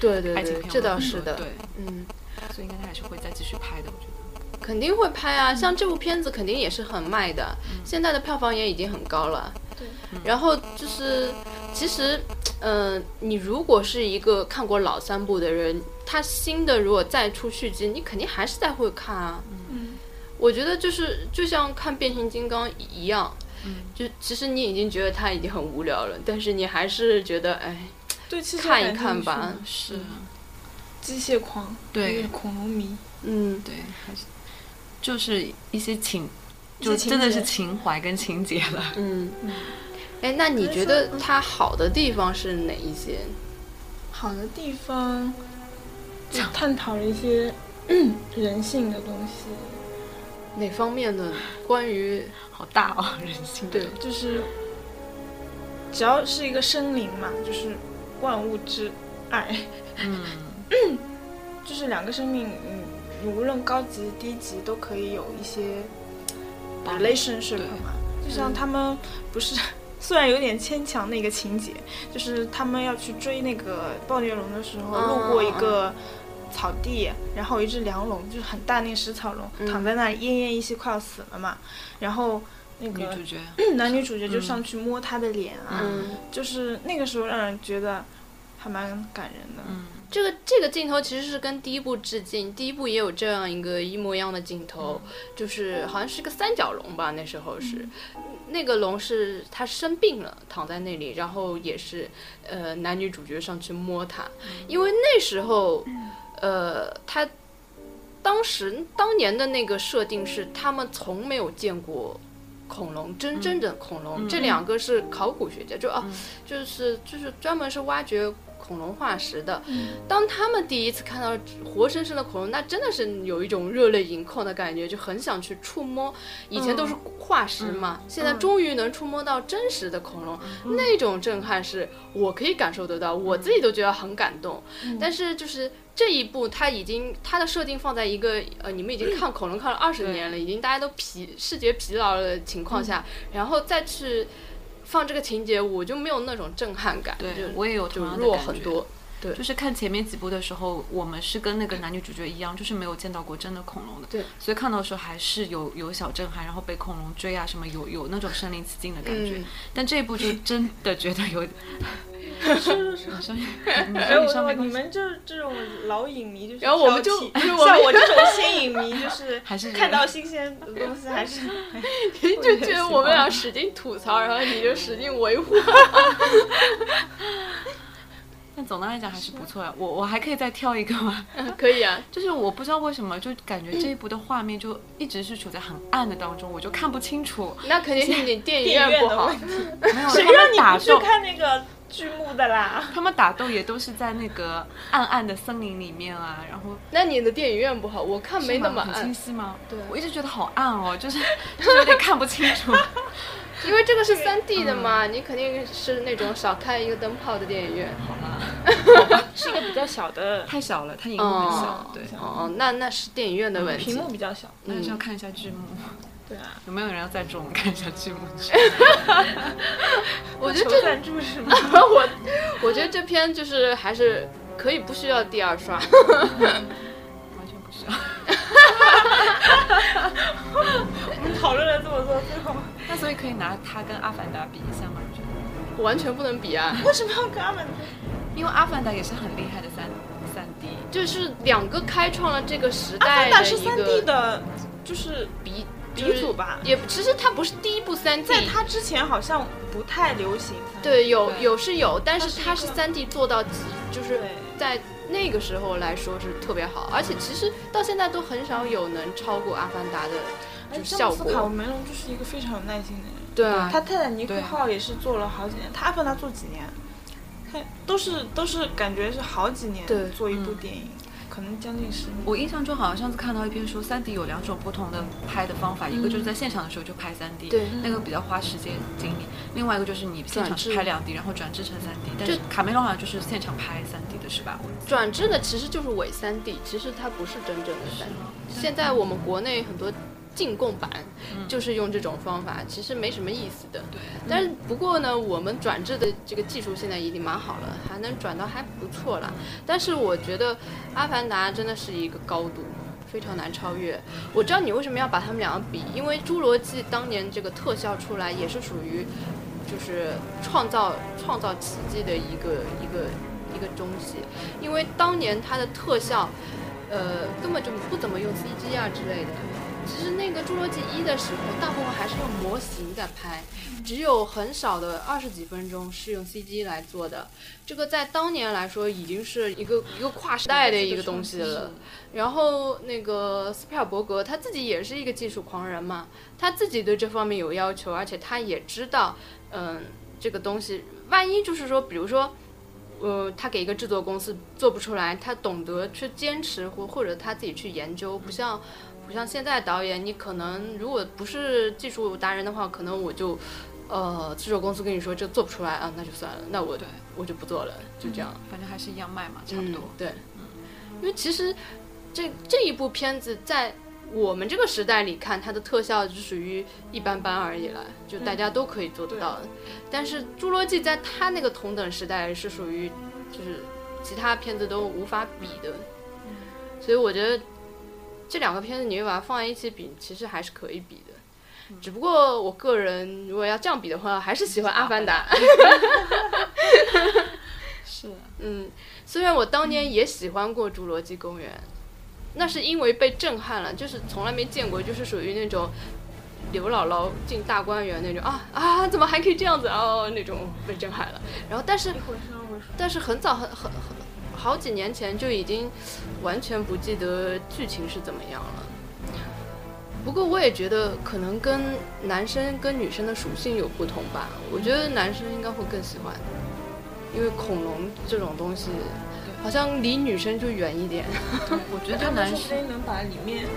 [SPEAKER 1] 对对
[SPEAKER 3] 爱情
[SPEAKER 1] 对
[SPEAKER 3] 片，我
[SPEAKER 1] 这
[SPEAKER 3] 有
[SPEAKER 1] 倒
[SPEAKER 3] 很
[SPEAKER 1] 是
[SPEAKER 3] 多
[SPEAKER 1] 的。
[SPEAKER 3] 对，
[SPEAKER 1] 嗯，
[SPEAKER 3] 所以应该他还是会再继续拍的，我觉得。
[SPEAKER 1] 肯定会拍
[SPEAKER 2] 嗯
[SPEAKER 1] 啊，像这部片子肯定也是很卖的，现在的票房也已经很高了。
[SPEAKER 2] 对，
[SPEAKER 1] 然后就是，其实，嗯、你如果是一个看过老三部的人，他新的如果再出续集，你肯定还是在会看啊。
[SPEAKER 2] 嗯，
[SPEAKER 1] 我觉得就是就像看变形金刚一样，
[SPEAKER 2] 嗯
[SPEAKER 1] 就其实你已经觉得它已经很无聊了，但是你还是觉得哎，
[SPEAKER 2] 对，其实
[SPEAKER 1] 看一看吧，
[SPEAKER 3] 是，
[SPEAKER 1] 啊
[SPEAKER 2] 机械狂，
[SPEAKER 3] 对
[SPEAKER 2] 有点恐龙迷，
[SPEAKER 1] 嗯，
[SPEAKER 3] 对，还是就是一些情，
[SPEAKER 2] 一些
[SPEAKER 3] 就
[SPEAKER 2] 情
[SPEAKER 3] 真的
[SPEAKER 2] 节
[SPEAKER 3] 是情怀跟情节了。
[SPEAKER 1] 嗯，哎，那你觉得
[SPEAKER 2] 嗯
[SPEAKER 1] 它好的地方是哪一些？
[SPEAKER 2] 好的地方，就探讨了一些 人性的东西，
[SPEAKER 1] 哪方面的？关于
[SPEAKER 3] 好大哦，人性的
[SPEAKER 1] 对
[SPEAKER 2] 就是只要是一个生灵嘛，就是万物之爱，
[SPEAKER 3] 嗯，
[SPEAKER 2] 就是两个生命，嗯，你无论高级低级都可以有一些 relationship
[SPEAKER 3] 嗯对
[SPEAKER 2] 嘛，就像他们不是。 虽然有点牵强那个情节，就是他们要去追那个暴虐龙的时候，
[SPEAKER 1] 嗯
[SPEAKER 2] 路过一个草地，然后有一只梁龙，就是很大那个食草龙，
[SPEAKER 1] 嗯
[SPEAKER 2] 躺在那里奄奄一息，快要死了嘛。然后那
[SPEAKER 3] 女
[SPEAKER 2] 个
[SPEAKER 3] 主角，
[SPEAKER 2] 男女主角就
[SPEAKER 3] 嗯
[SPEAKER 2] 上去摸他的脸啊，
[SPEAKER 1] 嗯，
[SPEAKER 2] 就是那个时候让人觉得还蛮感人的。
[SPEAKER 3] 嗯，
[SPEAKER 1] 这个这个镜头其实是跟第一部致敬，第一部也有这样一个一模一样的镜头，就是好像是个三角龙吧，那时候是，那个龙是它生病了，躺在那里，然后也是呃男女主角上去摸它，因为那时候呃他当时当年的那个设定是他们从没有见过。恐龙，真正的恐龙，这两个是考古学家，就啊，就是就是专门是挖掘恐龙化石的。当他们第一次看到活生生的恐龙，那真的是有一种热泪盈眶的感觉，就很想去触摸。以前都是化石嘛，
[SPEAKER 3] 嗯
[SPEAKER 1] 现在终于能触摸到真实的恐龙，那种震撼是我可以感受得到，
[SPEAKER 3] 嗯
[SPEAKER 1] 我自己都觉得很感动。但是就是。这一部它已经它的设定放在一个呃，你们已经看恐龙看了二十年了，已经大家都疲视觉疲劳的情况下，
[SPEAKER 3] 嗯
[SPEAKER 1] 然后再去放这个情节，我就没有那种震撼感，
[SPEAKER 3] 对
[SPEAKER 1] 就
[SPEAKER 3] 我也有
[SPEAKER 1] 就
[SPEAKER 3] 同样的
[SPEAKER 1] 弱
[SPEAKER 3] 感
[SPEAKER 1] 很
[SPEAKER 3] 觉
[SPEAKER 1] 多。对
[SPEAKER 3] 就是看前面几部的时候，我们是跟那个男女主角一样，就是没有见到过真的恐龙的，
[SPEAKER 1] 对，
[SPEAKER 3] 所以看到的时候还是有有小震撼，然后被恐龙追啊什么，有有那种身临其境的感觉。
[SPEAKER 1] 嗯
[SPEAKER 3] 但这一部就真的觉得有
[SPEAKER 2] 是是是。
[SPEAKER 3] 好像也，你
[SPEAKER 2] 哎，
[SPEAKER 3] 说你上
[SPEAKER 2] 我
[SPEAKER 3] 面
[SPEAKER 2] 嗯你们这这种老影迷就是挑
[SPEAKER 1] 然
[SPEAKER 2] 剔，
[SPEAKER 1] 后我们就就是我们
[SPEAKER 2] 像我 这种新影迷， 就是
[SPEAKER 3] 还是
[SPEAKER 2] 看到新鲜的东西还 是
[SPEAKER 1] 就觉得我们俩使劲吐槽，然后你就使劲维 护。
[SPEAKER 3] 但总的来讲还是不错呀。我我还可以再挑一个吗？
[SPEAKER 1] 可以啊，
[SPEAKER 3] 就是我不知道为什么，就感觉这一部的画面就一直是处在很暗的当中，我就看不清楚。
[SPEAKER 1] 那肯定是你电影
[SPEAKER 2] 电影
[SPEAKER 1] 院
[SPEAKER 2] 院
[SPEAKER 1] 不
[SPEAKER 2] 的
[SPEAKER 1] 好
[SPEAKER 2] 问。题。
[SPEAKER 3] 没有，
[SPEAKER 2] 谁
[SPEAKER 3] 他
[SPEAKER 2] 让
[SPEAKER 3] 们
[SPEAKER 2] 你
[SPEAKER 3] 打
[SPEAKER 2] 不去
[SPEAKER 3] 斗，
[SPEAKER 2] 看那个剧目的啦？
[SPEAKER 3] 他们打斗也都是在那个暗暗的森林里面啊，然后
[SPEAKER 1] 那你的电影院不好，我看没那么
[SPEAKER 3] 是吗很清
[SPEAKER 1] 暗，
[SPEAKER 3] 晰吗？
[SPEAKER 1] 对
[SPEAKER 3] 我一直觉得好暗哦，就是 就是有点看不清楚。
[SPEAKER 1] 因为这个是三 D 的
[SPEAKER 2] 嗯
[SPEAKER 1] 嘛，你肯定是那种少开一个灯泡的电影院。
[SPEAKER 3] 好啦，
[SPEAKER 2] 是一个比较小 的
[SPEAKER 3] 太小了，它荧幕很小，对。
[SPEAKER 1] 哦，那那是电影院的问题。
[SPEAKER 2] 嗯屏幕比较小，
[SPEAKER 3] 那就是要看一下剧目，
[SPEAKER 2] 对啊。
[SPEAKER 3] 有没有人要赞助我们看一下剧目？
[SPEAKER 1] 我觉得
[SPEAKER 2] 求
[SPEAKER 1] 这
[SPEAKER 2] 赞助是吗？
[SPEAKER 1] 我我觉得这篇就是还是可以不需要第二刷。
[SPEAKER 3] 完全不需要。
[SPEAKER 2] 我们讨论了这么多，最 后
[SPEAKER 3] 那所以可以拿它跟《阿凡达》比一下吗？你觉得？
[SPEAKER 1] 完全不能比啊！
[SPEAKER 2] 为什么要跟他们？
[SPEAKER 3] 因为《阿凡达》也是很厉害的三三 D。
[SPEAKER 1] 就是两个开创了这个时
[SPEAKER 2] 阿
[SPEAKER 1] 代
[SPEAKER 2] 凡达啊是
[SPEAKER 1] 一
[SPEAKER 2] 三 D
[SPEAKER 1] 个
[SPEAKER 2] 的，就是
[SPEAKER 1] 鼻
[SPEAKER 2] 鼻祖吧
[SPEAKER 1] 也其实它不是第一部三 D，
[SPEAKER 2] 在它之前好像不太流行。
[SPEAKER 1] 对有
[SPEAKER 3] 对
[SPEAKER 1] 有是有，但是它
[SPEAKER 2] 它是
[SPEAKER 1] 是
[SPEAKER 2] 一个
[SPEAKER 1] 三 D 做到极，就是
[SPEAKER 2] 对
[SPEAKER 1] 在那个时候来说是特别好，而且其实到现在都很少有能超过《阿凡达》的，
[SPEAKER 2] 哎，
[SPEAKER 1] 就是
[SPEAKER 2] 詹
[SPEAKER 1] 效
[SPEAKER 2] 姆斯卡
[SPEAKER 1] 果
[SPEAKER 2] 梅隆就是一个非常有耐心的人。
[SPEAKER 1] 对啊，
[SPEAKER 2] 他泰坦尼克
[SPEAKER 3] 对
[SPEAKER 2] 号也是做了好几年，他阿凡达做几年？看都是都是感觉是好几年
[SPEAKER 1] 对
[SPEAKER 2] 做一部
[SPEAKER 3] 嗯
[SPEAKER 2] 电影，可能将近十年。
[SPEAKER 3] 我印象中好像上次看到一篇说，三 D 有两种不同的拍的方法，一个就是在现场的时候就拍三 D，
[SPEAKER 1] 嗯对
[SPEAKER 3] 那个比较花时间精力；另外一个就是你现场
[SPEAKER 1] 转制嗯
[SPEAKER 3] 是拍两 D，然后转制成三 D。但是
[SPEAKER 1] 就
[SPEAKER 3] 卡梅隆好像就是现场拍三 D 的是吧？我
[SPEAKER 1] 转制的其实就是伪三 D，其实它不是真正的三 D。现在我们国内很多进贡版就是用这种方法，其实没什么意思的。
[SPEAKER 3] 对，
[SPEAKER 1] 但是不过呢，我们转制的这个技术现在已经蛮好了，还能转到还不错了。但是我觉得《阿凡达》真的是一个高度。非常难超越。我知道你为什么要把他们两个比，因为《侏罗纪》当年这个特效出来也是属于，就是创造创造奇迹的一个一个一个东西。因为当年它的特效，呃，根本就不怎么用 CG 啊之类的。其实那个《侏罗纪一》的时候，大部分还是用模型在拍，只有很少的二十几分钟是用 CG 来做的。这个在当年来说，已经是一个一个跨时代的一个东西了。然后那个斯皮尔伯格他自己也是一个技术狂人嘛，他自己对这方面有要求，而且他也知道，嗯，这个东西万一就是说，比如说，呃，他给一个制作公司做不出来，他懂得去坚持或或者他自己去研究，不像。不像现在导演，你可能如果不是技术达人的话，可能我就，呃，制作公司跟你说这做不出来啊，那就算了，那我
[SPEAKER 3] 对
[SPEAKER 1] 我就不做了，就这样。
[SPEAKER 3] 反正还是一样卖嘛，差不多。
[SPEAKER 1] 嗯、对，因为其实这这一部片子在我们这个时代里看，它的特效就属于一般般而已了，就大家都可以做得到的。但是《侏罗纪》在它那个同等时代是属于就是其他片子都无法比的，嗯所以我觉得这两个片子你把它放在一起比，其实还是可以比的。只不过我个人如果要这样比的话，还是喜欢《阿凡达》。
[SPEAKER 3] 是，
[SPEAKER 1] 嗯，虽然我当年也喜欢过《侏罗纪公园》那是因为被震撼了，就是从来没见过，就是属于那种刘姥姥进大观园那种啊啊，怎么还可以这样子哦那种被震撼了。然后，但是
[SPEAKER 2] 一会儿说一会儿说
[SPEAKER 1] 但是很早很很很好几年前就已经完全不记得剧情是怎么样了。不过我也觉得可能跟男生跟女生的属性有不同吧，我觉得男生应该会更喜欢，因为恐龙这种东西好像离女生就远一点。
[SPEAKER 3] 我觉得就男
[SPEAKER 2] 说不
[SPEAKER 3] 生
[SPEAKER 2] 定能把里面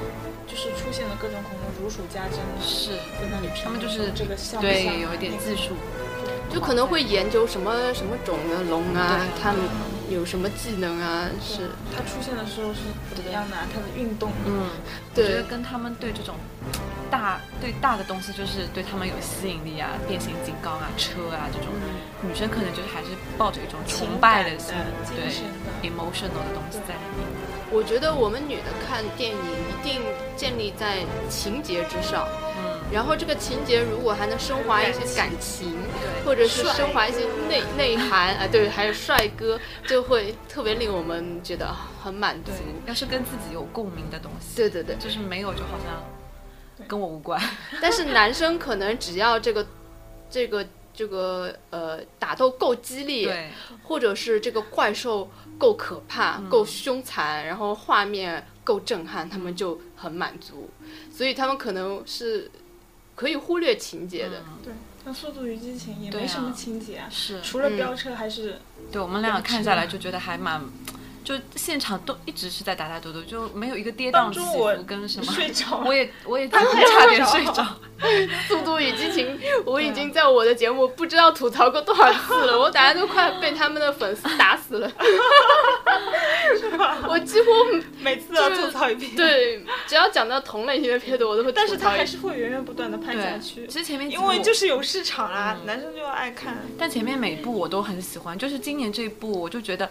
[SPEAKER 2] 就是出现的各种恐龙如数家珍的
[SPEAKER 3] 是
[SPEAKER 2] 在那里拼，
[SPEAKER 3] 他们就是
[SPEAKER 2] 这个像不像
[SPEAKER 3] 对有一点
[SPEAKER 2] 那个
[SPEAKER 3] 技术，
[SPEAKER 1] 就可能会研究什么什么种的龙啊
[SPEAKER 3] 对，
[SPEAKER 1] 它们有什么技能啊，是
[SPEAKER 2] 它出现的时候是怎么样的啊，它的运动
[SPEAKER 3] 嗯，我觉
[SPEAKER 1] 对
[SPEAKER 3] 得跟他们对这种大对大的东西，就是对他们有吸引力啊，变形金刚啊、车啊这种，女生可能就是还是抱着一种
[SPEAKER 2] 情
[SPEAKER 3] 崇
[SPEAKER 2] 感
[SPEAKER 3] 拜的心，
[SPEAKER 2] 精
[SPEAKER 3] 对
[SPEAKER 2] 神的
[SPEAKER 3] emotional 的东西在里面。
[SPEAKER 1] 我觉得我们女的看电影一定建立在情节之上，
[SPEAKER 3] 嗯，
[SPEAKER 1] 然后这个情节如果还能升华一些感情，
[SPEAKER 3] 对
[SPEAKER 1] 或者是
[SPEAKER 3] 帅
[SPEAKER 1] 升华一些内内涵啊，对，还有帅哥，就会特别令我们觉得啊很满足
[SPEAKER 3] 对。，要是跟自己有共鸣的东西，
[SPEAKER 1] 对对对，
[SPEAKER 3] 就是没有就好像跟我无关。
[SPEAKER 1] 但是男生可能只要这个这个这个呃打斗够激烈，
[SPEAKER 3] 对，
[SPEAKER 1] 或者是这个怪兽够可怕、够凶残，然后画面够震撼，他们就很满足，所以他们可能是可以忽略情节的。
[SPEAKER 3] 嗯
[SPEAKER 2] 对，像《速度与激情》也
[SPEAKER 3] 对啊
[SPEAKER 2] 没什么情节啊，
[SPEAKER 3] 是，
[SPEAKER 2] 除了
[SPEAKER 1] 嗯
[SPEAKER 2] 飙车还是
[SPEAKER 3] 对我们俩看下来就觉得还蛮，就现场都一直是在打打斗斗，就没有一个跌宕
[SPEAKER 2] 当
[SPEAKER 3] 起
[SPEAKER 2] 中我
[SPEAKER 3] 伏跟什么。
[SPEAKER 2] 睡着
[SPEAKER 3] 我也我也几乎差点睡着，
[SPEAKER 1] 速度与激 情，
[SPEAKER 2] 啊
[SPEAKER 1] 我已经在我的节目不知道吐槽过多少次 了，我打家都快被他们的粉丝打死了。我几乎
[SPEAKER 2] 每次都要
[SPEAKER 1] 就是
[SPEAKER 2] 吐槽一遍。，
[SPEAKER 1] 对，只要讲到同类型的片子，我都会吐槽
[SPEAKER 2] 但
[SPEAKER 1] 一
[SPEAKER 2] 是
[SPEAKER 1] 遍。
[SPEAKER 2] 它 还是会源源不断的拍下
[SPEAKER 3] 对，
[SPEAKER 2] 去
[SPEAKER 3] 其，实前面几
[SPEAKER 2] 因
[SPEAKER 3] 部
[SPEAKER 2] 为
[SPEAKER 3] 我
[SPEAKER 2] 就是有市场啊，
[SPEAKER 3] 嗯
[SPEAKER 2] 男生就要爱看。
[SPEAKER 3] 但前面每一部我都很喜欢，就是今年这一部我就觉得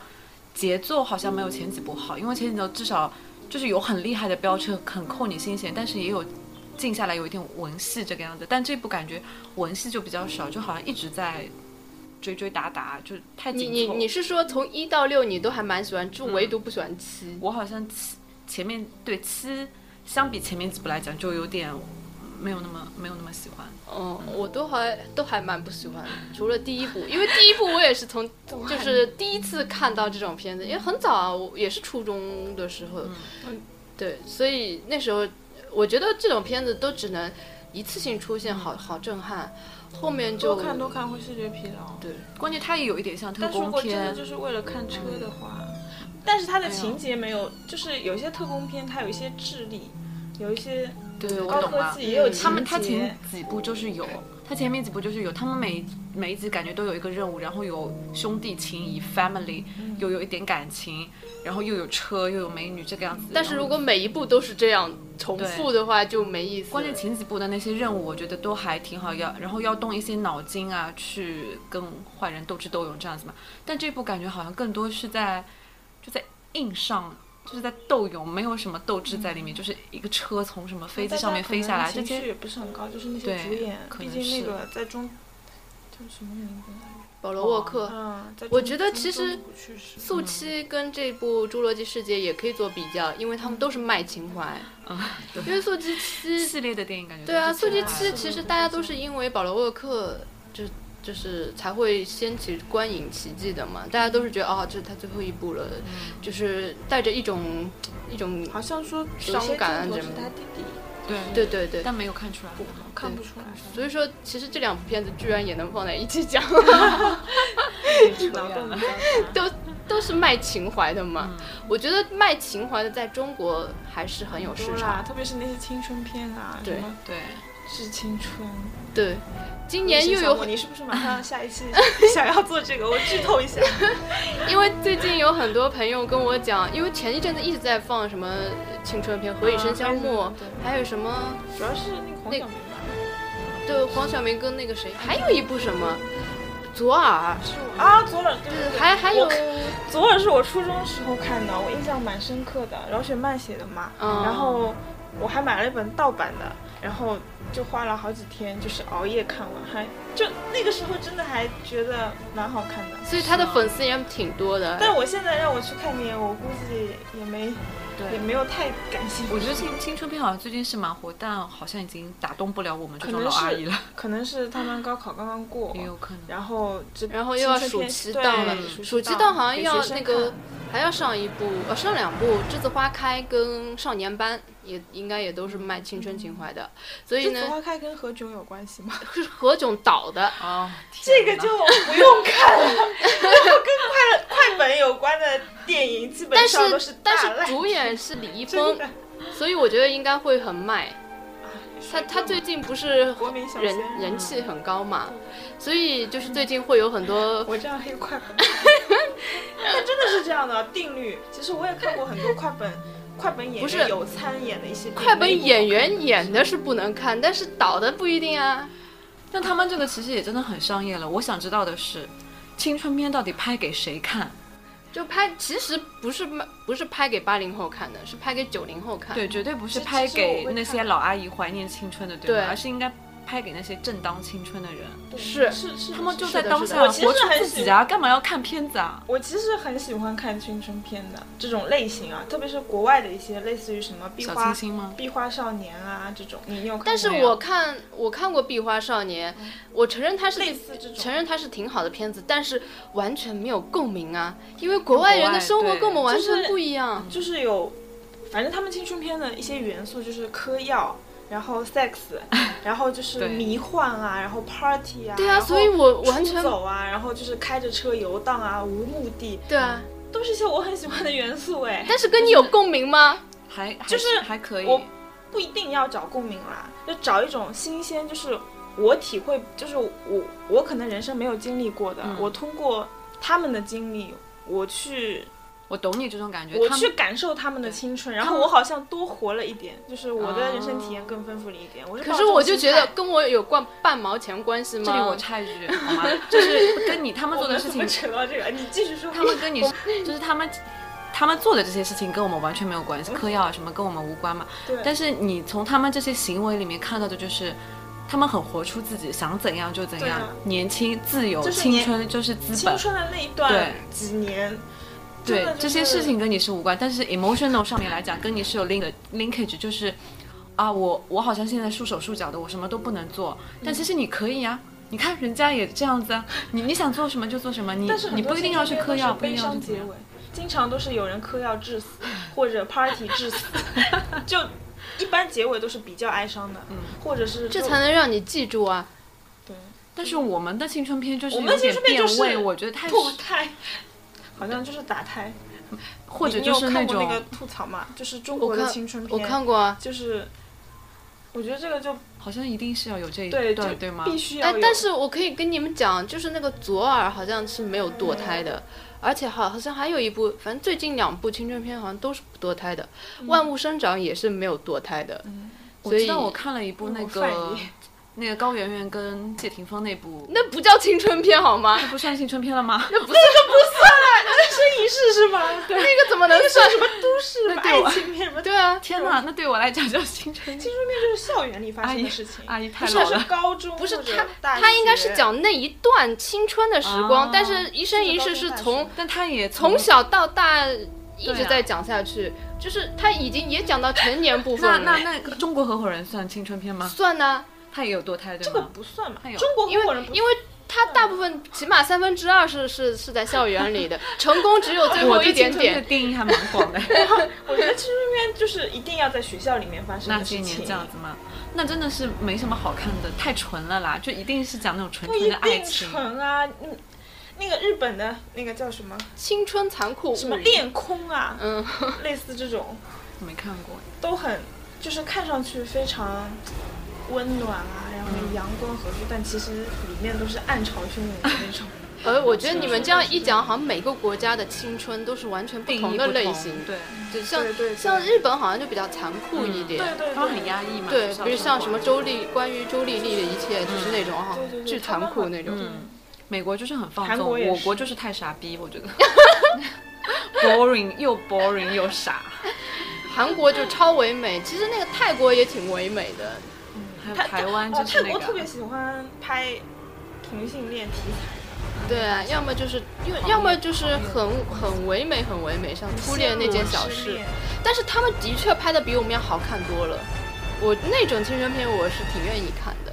[SPEAKER 3] 节奏好像没有前几部好，因为前几部至少就是有很厉害的飙车，很扣你心弦，但是也有静下来有一点文戏这个样子。但这部感觉文戏就比较少，就好像一直在追追打打，就太
[SPEAKER 1] 你
[SPEAKER 3] 紧凑。
[SPEAKER 1] 你你是说从一到六你都还蛮喜欢，
[SPEAKER 2] 嗯
[SPEAKER 1] 就唯独不喜欢七、
[SPEAKER 3] 我好像七前面对七相比前面几部来讲就有点没有那么没有那么喜欢。
[SPEAKER 1] 嗯，我都还都还蛮不喜欢的，除了第一部，因为第一部我也是从就是第一次看到这种片子，因为很早啊，我也是初中的时候，
[SPEAKER 2] 嗯
[SPEAKER 1] 对，所以那时候我觉得这种片子都只能一次性出
[SPEAKER 3] 嗯
[SPEAKER 1] 现，好好震撼，后面就
[SPEAKER 2] 多看多看会视觉疲劳。
[SPEAKER 1] 对，
[SPEAKER 3] 关键它也有一点像特
[SPEAKER 2] 但是如
[SPEAKER 3] 工
[SPEAKER 2] 果真的
[SPEAKER 3] 片，嗯
[SPEAKER 2] 就是为了看车的话，但是它的情节没有，就是有一些特工片，它有一些智力，有一些
[SPEAKER 3] 对我
[SPEAKER 2] 高
[SPEAKER 3] 懂
[SPEAKER 2] 科
[SPEAKER 3] 了。
[SPEAKER 2] 技，也有
[SPEAKER 1] 嗯
[SPEAKER 2] 情节。
[SPEAKER 3] 他们他前几部就是有，他前面几部就是有，他们每每一集感觉都有一个任务，然后有兄弟情谊 family，又
[SPEAKER 2] 嗯
[SPEAKER 3] 有一点感情，然后又有车又有美女这个样子。
[SPEAKER 1] 但是
[SPEAKER 3] 然后
[SPEAKER 1] 如果每一部都是这样重复的话，就没意思了。
[SPEAKER 3] 关键前几部的那些任务，我觉得都还挺好，要然后要动一些脑筋啊，去跟坏人斗智斗勇这样子嘛。但这部感觉好像更多是在就在硬上，就是在斗勇，没有什么斗志在里
[SPEAKER 1] 嗯
[SPEAKER 3] 面，就是一个车从什么飞机上面飞下来，这
[SPEAKER 2] 情
[SPEAKER 3] 些
[SPEAKER 2] 绪也不是很高，就是那
[SPEAKER 3] 对
[SPEAKER 2] 些主演，
[SPEAKER 3] 可
[SPEAKER 2] 毕
[SPEAKER 3] 能
[SPEAKER 2] 竟那
[SPEAKER 3] 是
[SPEAKER 2] 个在中叫什么名字来着？
[SPEAKER 1] 保罗沃克，
[SPEAKER 3] 呃
[SPEAKER 2] 嗯，在
[SPEAKER 1] 我
[SPEAKER 2] 中
[SPEAKER 1] 觉得
[SPEAKER 2] 中
[SPEAKER 1] 其实
[SPEAKER 2] 中国去世
[SPEAKER 1] 速七跟这部《侏罗纪世界》也可以做比较，因为他们都是卖情怀。
[SPEAKER 3] 嗯啊，对
[SPEAKER 1] 因为速七七，
[SPEAKER 3] 系列的电影感觉都
[SPEAKER 1] 对啊，
[SPEAKER 3] 是这
[SPEAKER 1] 速七
[SPEAKER 3] 样
[SPEAKER 1] 七其实大家都是因为保罗沃克就就是才会掀起观影奇迹的嘛，大家都是觉得哦，这是他最后一部了，
[SPEAKER 3] 嗯
[SPEAKER 1] 就是带着一种一种，
[SPEAKER 2] 好像说有些
[SPEAKER 1] 伤感啊
[SPEAKER 2] 镜头
[SPEAKER 1] 这
[SPEAKER 2] 是
[SPEAKER 1] 种
[SPEAKER 2] 他弟弟，
[SPEAKER 3] 对，
[SPEAKER 1] 对对对。
[SPEAKER 3] 但没有看出来。
[SPEAKER 2] 看不出来。
[SPEAKER 1] 所以说，其实这两部片子居然也能放在一起讲，
[SPEAKER 2] 脑洞比较大
[SPEAKER 1] 都都是卖情怀的嘛。
[SPEAKER 2] 嗯
[SPEAKER 1] 我觉得卖情怀的在中国还是很有市
[SPEAKER 2] 多啦
[SPEAKER 1] 场。
[SPEAKER 2] 特别是那些青春片啊，
[SPEAKER 1] 对
[SPEAKER 2] 什么
[SPEAKER 3] 对，
[SPEAKER 2] 致青春。
[SPEAKER 1] 对，今年又有
[SPEAKER 2] 我
[SPEAKER 1] 很
[SPEAKER 2] 你是不是马上下 一期想要做这个？我剧透一下，
[SPEAKER 1] 因为最近有很多朋友跟我讲，因为前一阵子一直在放什么青春片《何以笙箫默》
[SPEAKER 2] 啊对，
[SPEAKER 1] 还有什么
[SPEAKER 2] 主要是那个黄晓明吧，
[SPEAKER 1] 对黄晓明跟那个谁，还有一部什么左耳，
[SPEAKER 2] 是我啊，左耳对对
[SPEAKER 1] 对
[SPEAKER 2] 对，
[SPEAKER 1] 还还有
[SPEAKER 2] 我左耳是我初中时候看的，我印象蛮深刻的，饶雪漫写的嘛，
[SPEAKER 1] 嗯
[SPEAKER 2] 然后我还买了一本盗版的，然后就花了好几天，就是熬夜看完，还就那个时候真的还觉得蛮好看的。
[SPEAKER 1] 所以他的粉丝也挺多的。
[SPEAKER 2] 但我现在让我去看电影，我估计也没也
[SPEAKER 3] 对
[SPEAKER 2] 没有太感兴趣。
[SPEAKER 3] 我觉得青青春片好像最近是蛮火，但好像已经打动不了我们这
[SPEAKER 2] 可
[SPEAKER 3] 种
[SPEAKER 2] 能
[SPEAKER 3] 老
[SPEAKER 2] 是
[SPEAKER 3] 阿姨了，
[SPEAKER 2] 可能是他们高考刚刚过，
[SPEAKER 1] 哎
[SPEAKER 3] 也有可能。
[SPEAKER 2] 然后这
[SPEAKER 1] 然后又要暑期档了，暑期档好像要那个还要上一部，呃、上两部《栀子花开》跟《少年班》也，也应该也都是卖青春情怀的。所以
[SPEAKER 2] 栀子
[SPEAKER 1] 呢，
[SPEAKER 2] 花开跟何炅有关系 吗？
[SPEAKER 1] 是何炅导的，
[SPEAKER 3] 哦，
[SPEAKER 2] 这
[SPEAKER 3] 这
[SPEAKER 2] 个就不用看 了，跟快快本有关的电影基 本
[SPEAKER 1] 但是
[SPEAKER 2] 上都大
[SPEAKER 1] 但
[SPEAKER 2] 烂
[SPEAKER 1] 是主演是李易
[SPEAKER 2] 真
[SPEAKER 1] 峰，
[SPEAKER 2] 的。
[SPEAKER 1] 所以我觉得应该会很卖。他他最近不是
[SPEAKER 2] 国民小鲜
[SPEAKER 1] 人
[SPEAKER 2] 肉
[SPEAKER 1] 人气很高嘛，所以就是最近会有很多
[SPEAKER 2] 我这样黑快 本，但真的是这样的定律。其实我也看过很多快本，快本演
[SPEAKER 1] 不是
[SPEAKER 2] 员有参演的一些
[SPEAKER 1] 快本演
[SPEAKER 2] 员，
[SPEAKER 1] 员演的是不能看，但是导的不一定啊。
[SPEAKER 3] 但他们这个其实也真的很商业了。我想知道的是，青春片到底拍给谁看？
[SPEAKER 1] 就拍其实不是卖不是拍给八零后看的，是拍给九零后
[SPEAKER 2] 啊
[SPEAKER 1] 看。
[SPEAKER 3] 对，绝对不是
[SPEAKER 2] 其
[SPEAKER 3] 拍
[SPEAKER 2] 实
[SPEAKER 3] 给
[SPEAKER 2] 我会
[SPEAKER 3] 那些
[SPEAKER 2] 看
[SPEAKER 3] 老阿姨怀念青春的，对
[SPEAKER 1] 对
[SPEAKER 3] 吧？而是应该拍给那些正当青春的人，
[SPEAKER 1] 是
[SPEAKER 2] 是嗯是，
[SPEAKER 3] 他们就是在
[SPEAKER 1] 的
[SPEAKER 3] 当
[SPEAKER 1] 是的
[SPEAKER 3] 下
[SPEAKER 2] 我其
[SPEAKER 3] 活
[SPEAKER 2] 实
[SPEAKER 3] 出
[SPEAKER 2] 很
[SPEAKER 3] 自
[SPEAKER 2] 喜
[SPEAKER 3] 己啊，干嘛要看片子啊？
[SPEAKER 2] 我其实很喜欢看青春片的这种类型啊，特别是国外的一些类似于什么壁
[SPEAKER 3] 小
[SPEAKER 2] 花
[SPEAKER 3] 清新吗？
[SPEAKER 2] 壁花少年啊这种，你你有看过吗？
[SPEAKER 1] 但是
[SPEAKER 3] 没有
[SPEAKER 1] 我看我看过《壁花少年》，我承认它是
[SPEAKER 2] 类似这种
[SPEAKER 1] 承认它是挺好的片子，但是完全没有共鸣啊，因为国外人的生活跟我们完全不一样。
[SPEAKER 2] 就是嗯有，反正他们青春片的一些元素就是嗑药，然后 sex，然后就是
[SPEAKER 3] 对
[SPEAKER 2] 迷幻啊，然后 party 啊，
[SPEAKER 1] 对啊，
[SPEAKER 2] 然后
[SPEAKER 1] 所以我完
[SPEAKER 2] 出
[SPEAKER 1] 全
[SPEAKER 2] 走啊，然后就是开着车游荡啊，无目的，
[SPEAKER 1] 对啊，
[SPEAKER 2] 都是一些我很喜欢的元素哎。
[SPEAKER 1] 但是跟你有共鸣吗？
[SPEAKER 2] 嗯
[SPEAKER 3] 还还
[SPEAKER 2] 就是
[SPEAKER 3] 还可以，
[SPEAKER 2] 我不一定要找共鸣啦，就找一种新鲜，就是我体会，就是我我可能人生没有经历过的，
[SPEAKER 3] 嗯
[SPEAKER 2] 我通过他们的经历，我去
[SPEAKER 3] 我懂你这种感觉。
[SPEAKER 2] 我
[SPEAKER 3] 他们
[SPEAKER 2] 去感受他们的
[SPEAKER 3] 对
[SPEAKER 2] 青春，然
[SPEAKER 3] 他
[SPEAKER 2] 后
[SPEAKER 3] 们
[SPEAKER 2] 我好像多活了一点，就是我的人生体验
[SPEAKER 3] 哦
[SPEAKER 2] 更丰富了一点。我
[SPEAKER 1] 可是我就觉得跟我有半半毛钱关系
[SPEAKER 3] 这里我
[SPEAKER 1] 吗？
[SPEAKER 3] 插一句好 吗？就是跟你他们
[SPEAKER 2] 我
[SPEAKER 3] 做的
[SPEAKER 2] 们
[SPEAKER 3] 事
[SPEAKER 2] 怎
[SPEAKER 3] 情
[SPEAKER 2] 么，扯到这个？你继续说。
[SPEAKER 3] 他们跟你就是他们他们做的这些事情跟我们完全没有关
[SPEAKER 2] 嗯
[SPEAKER 3] 系，嗑药啊什么跟我们无关嘛。
[SPEAKER 2] 对
[SPEAKER 3] 但是你从他们这些行为里面看到的就是。他们很活出自己，想怎样就怎
[SPEAKER 2] 对
[SPEAKER 3] 样，
[SPEAKER 2] 啊
[SPEAKER 3] 年轻、自由、
[SPEAKER 2] 就是
[SPEAKER 3] 青
[SPEAKER 2] 年
[SPEAKER 3] 春就是资本
[SPEAKER 2] 青。春的那一段
[SPEAKER 3] 对
[SPEAKER 2] 几年，
[SPEAKER 3] 对
[SPEAKER 2] 真的就
[SPEAKER 3] 这些
[SPEAKER 2] 是
[SPEAKER 3] 事情跟你是无关，但是 emotional 上面来讲，跟你是有 link 的 linkage，就是啊，我我好像现在束手束脚的，我什么都不能做，
[SPEAKER 2] 嗯
[SPEAKER 3] 但其实你可以啊。你看人家也这样子啊，你你想做什么就做什么，你
[SPEAKER 2] 但是很
[SPEAKER 3] 你
[SPEAKER 2] 多
[SPEAKER 3] 不一定要去
[SPEAKER 2] 青春
[SPEAKER 3] 嗑
[SPEAKER 2] 片
[SPEAKER 3] 药，
[SPEAKER 2] 都是
[SPEAKER 3] 不一
[SPEAKER 2] 悲
[SPEAKER 3] 定要去
[SPEAKER 2] 伤
[SPEAKER 3] 怎
[SPEAKER 2] 结
[SPEAKER 3] 么样
[SPEAKER 2] 尾，经常都是有人嗑药致死，或者 party 致 死，就一般结尾都是比较哀伤
[SPEAKER 3] 嗯
[SPEAKER 2] 的，或者是
[SPEAKER 1] 这
[SPEAKER 2] 就
[SPEAKER 1] 才能让你记住啊！
[SPEAKER 2] 对
[SPEAKER 3] 但是我们的青春片就是
[SPEAKER 2] 我
[SPEAKER 3] 有
[SPEAKER 2] 们的
[SPEAKER 3] 点
[SPEAKER 2] 青春片
[SPEAKER 3] 变
[SPEAKER 2] 就是
[SPEAKER 3] 味，我觉得太
[SPEAKER 2] 堕胎。好像就是打胎，
[SPEAKER 3] 或者
[SPEAKER 2] 你
[SPEAKER 3] 就
[SPEAKER 2] 你
[SPEAKER 3] 是
[SPEAKER 2] 有看过
[SPEAKER 3] 种
[SPEAKER 2] 那个吐槽嘛，就是中
[SPEAKER 1] 我
[SPEAKER 2] 国的
[SPEAKER 1] 看
[SPEAKER 2] 青春片，
[SPEAKER 1] 我看过啊，
[SPEAKER 2] 就是，我觉得这个就
[SPEAKER 3] 好像一定是要有这一
[SPEAKER 2] 对就
[SPEAKER 3] 段对吗？
[SPEAKER 2] 必须要
[SPEAKER 1] 哎
[SPEAKER 2] 有。，
[SPEAKER 1] 但是我可以跟你们讲，就是那个左耳好像是没有堕胎的，而且好好像还有一部，反正最近两部青春片好像都是不堕胎的，万物生长》也是没有堕胎的，
[SPEAKER 3] 我
[SPEAKER 1] 所
[SPEAKER 3] 知
[SPEAKER 1] 以
[SPEAKER 3] 道我看了一部那
[SPEAKER 2] 我翻
[SPEAKER 3] 个
[SPEAKER 2] 译
[SPEAKER 3] 那个高圆圆跟谢霆锋那部，
[SPEAKER 1] 那不叫青春片好吗？
[SPEAKER 3] 那不算青春片了吗？
[SPEAKER 2] 这一世是 吗？
[SPEAKER 1] 那个怎么能算？
[SPEAKER 2] 什么都市吧
[SPEAKER 3] 那对我
[SPEAKER 2] 爱情片什么？
[SPEAKER 1] 对啊，
[SPEAKER 3] 天哪，那对我来讲就是青春
[SPEAKER 2] 青春片就是校园里
[SPEAKER 3] 哎
[SPEAKER 2] 发生的事情，
[SPEAKER 3] 阿姨太
[SPEAKER 2] 不
[SPEAKER 3] 老
[SPEAKER 2] 是
[SPEAKER 3] 了
[SPEAKER 2] 是。高中
[SPEAKER 1] 不是
[SPEAKER 2] 或者
[SPEAKER 1] 他
[SPEAKER 2] 大学
[SPEAKER 1] 他应该是讲那一段青春的时光，
[SPEAKER 3] 哦
[SPEAKER 1] 但是《一生一世》
[SPEAKER 2] 是
[SPEAKER 1] 是
[SPEAKER 2] 高中大
[SPEAKER 1] 从
[SPEAKER 3] 但他也
[SPEAKER 1] 从小到大一
[SPEAKER 3] 对
[SPEAKER 1] 直
[SPEAKER 3] 啊
[SPEAKER 1] 在讲下去，就是他已经也讲到成年部
[SPEAKER 3] 那
[SPEAKER 1] 分
[SPEAKER 3] 那
[SPEAKER 1] 了，
[SPEAKER 3] 那个中国合伙人算青春片吗？
[SPEAKER 1] 算呢、
[SPEAKER 3] 他也有堕胎对
[SPEAKER 2] 这
[SPEAKER 3] 吗？
[SPEAKER 2] 个不算嘛
[SPEAKER 3] 哎？呦
[SPEAKER 2] 中 国合伙人不
[SPEAKER 1] 因为他大部分起码三分之二是是是在校园里的，成功只有最
[SPEAKER 3] 我
[SPEAKER 1] 后
[SPEAKER 3] 对
[SPEAKER 1] 一点
[SPEAKER 3] 青春的
[SPEAKER 1] 点。
[SPEAKER 3] 定义还蛮广 的。
[SPEAKER 2] 我觉得青春片就是一定要在学校里面发生
[SPEAKER 3] 那
[SPEAKER 2] 的
[SPEAKER 3] 些
[SPEAKER 2] 事
[SPEAKER 3] 年
[SPEAKER 2] 情
[SPEAKER 3] 这，样子吗？那真的是没什么好看的，太纯了啦，就一定是讲那种纯
[SPEAKER 2] 不
[SPEAKER 3] 纯
[SPEAKER 2] 一
[SPEAKER 3] 的爱
[SPEAKER 2] 定
[SPEAKER 3] 情。
[SPEAKER 2] 纯啊。嗯，那个日本的那个叫什么
[SPEAKER 1] 青春残酷嗯
[SPEAKER 2] 什么
[SPEAKER 1] 物语，
[SPEAKER 2] 恋空啊，
[SPEAKER 1] 嗯，
[SPEAKER 2] 类似这种
[SPEAKER 3] 我没看过，
[SPEAKER 2] 都很，就是看上去非常温暖啊，然后阳光和
[SPEAKER 3] 嗯
[SPEAKER 2] 煦，但其实里面都是暗潮汹涌的 那种。
[SPEAKER 1] 呃，我觉得你们这样一讲，好像每个国家的青春都是完全不
[SPEAKER 3] 定义
[SPEAKER 1] 同的
[SPEAKER 3] 不
[SPEAKER 1] 类
[SPEAKER 3] 同
[SPEAKER 1] 型。
[SPEAKER 3] 对，
[SPEAKER 1] 对，像
[SPEAKER 2] 对对对
[SPEAKER 1] 像日本好像就比较残酷一
[SPEAKER 3] 对
[SPEAKER 1] 点。
[SPEAKER 2] 对对
[SPEAKER 3] 他们
[SPEAKER 2] 对
[SPEAKER 3] 很压抑嘛。
[SPEAKER 1] 对
[SPEAKER 3] 从小
[SPEAKER 1] 比如像
[SPEAKER 3] 生活
[SPEAKER 1] 什么周丽，关于周丽丽的一切，就是那种哈
[SPEAKER 2] 对对对
[SPEAKER 1] 巨残酷那种。
[SPEAKER 3] 嗯，美国就是很放
[SPEAKER 2] 韩
[SPEAKER 3] 纵，
[SPEAKER 2] 国也
[SPEAKER 3] 我
[SPEAKER 2] 是
[SPEAKER 3] 国就是太傻逼，我觉得 boring 又 boring 又傻。
[SPEAKER 1] 韩国就超唯美，其实那个泰国也挺唯美的。
[SPEAKER 3] 还有
[SPEAKER 2] 他
[SPEAKER 3] 台湾
[SPEAKER 2] 哦，
[SPEAKER 3] 嗯就是
[SPEAKER 2] 泰
[SPEAKER 3] 那
[SPEAKER 2] 国
[SPEAKER 3] 个
[SPEAKER 2] 特别喜欢拍同性恋题材，
[SPEAKER 1] 对啊，要么就是，要要么就是很很唯美，很唯美，像初恋那件小
[SPEAKER 2] 失
[SPEAKER 1] 事。
[SPEAKER 2] 恋
[SPEAKER 1] 但是他们的确拍的比我们要好看多了。我那种青春片我是挺愿意看的。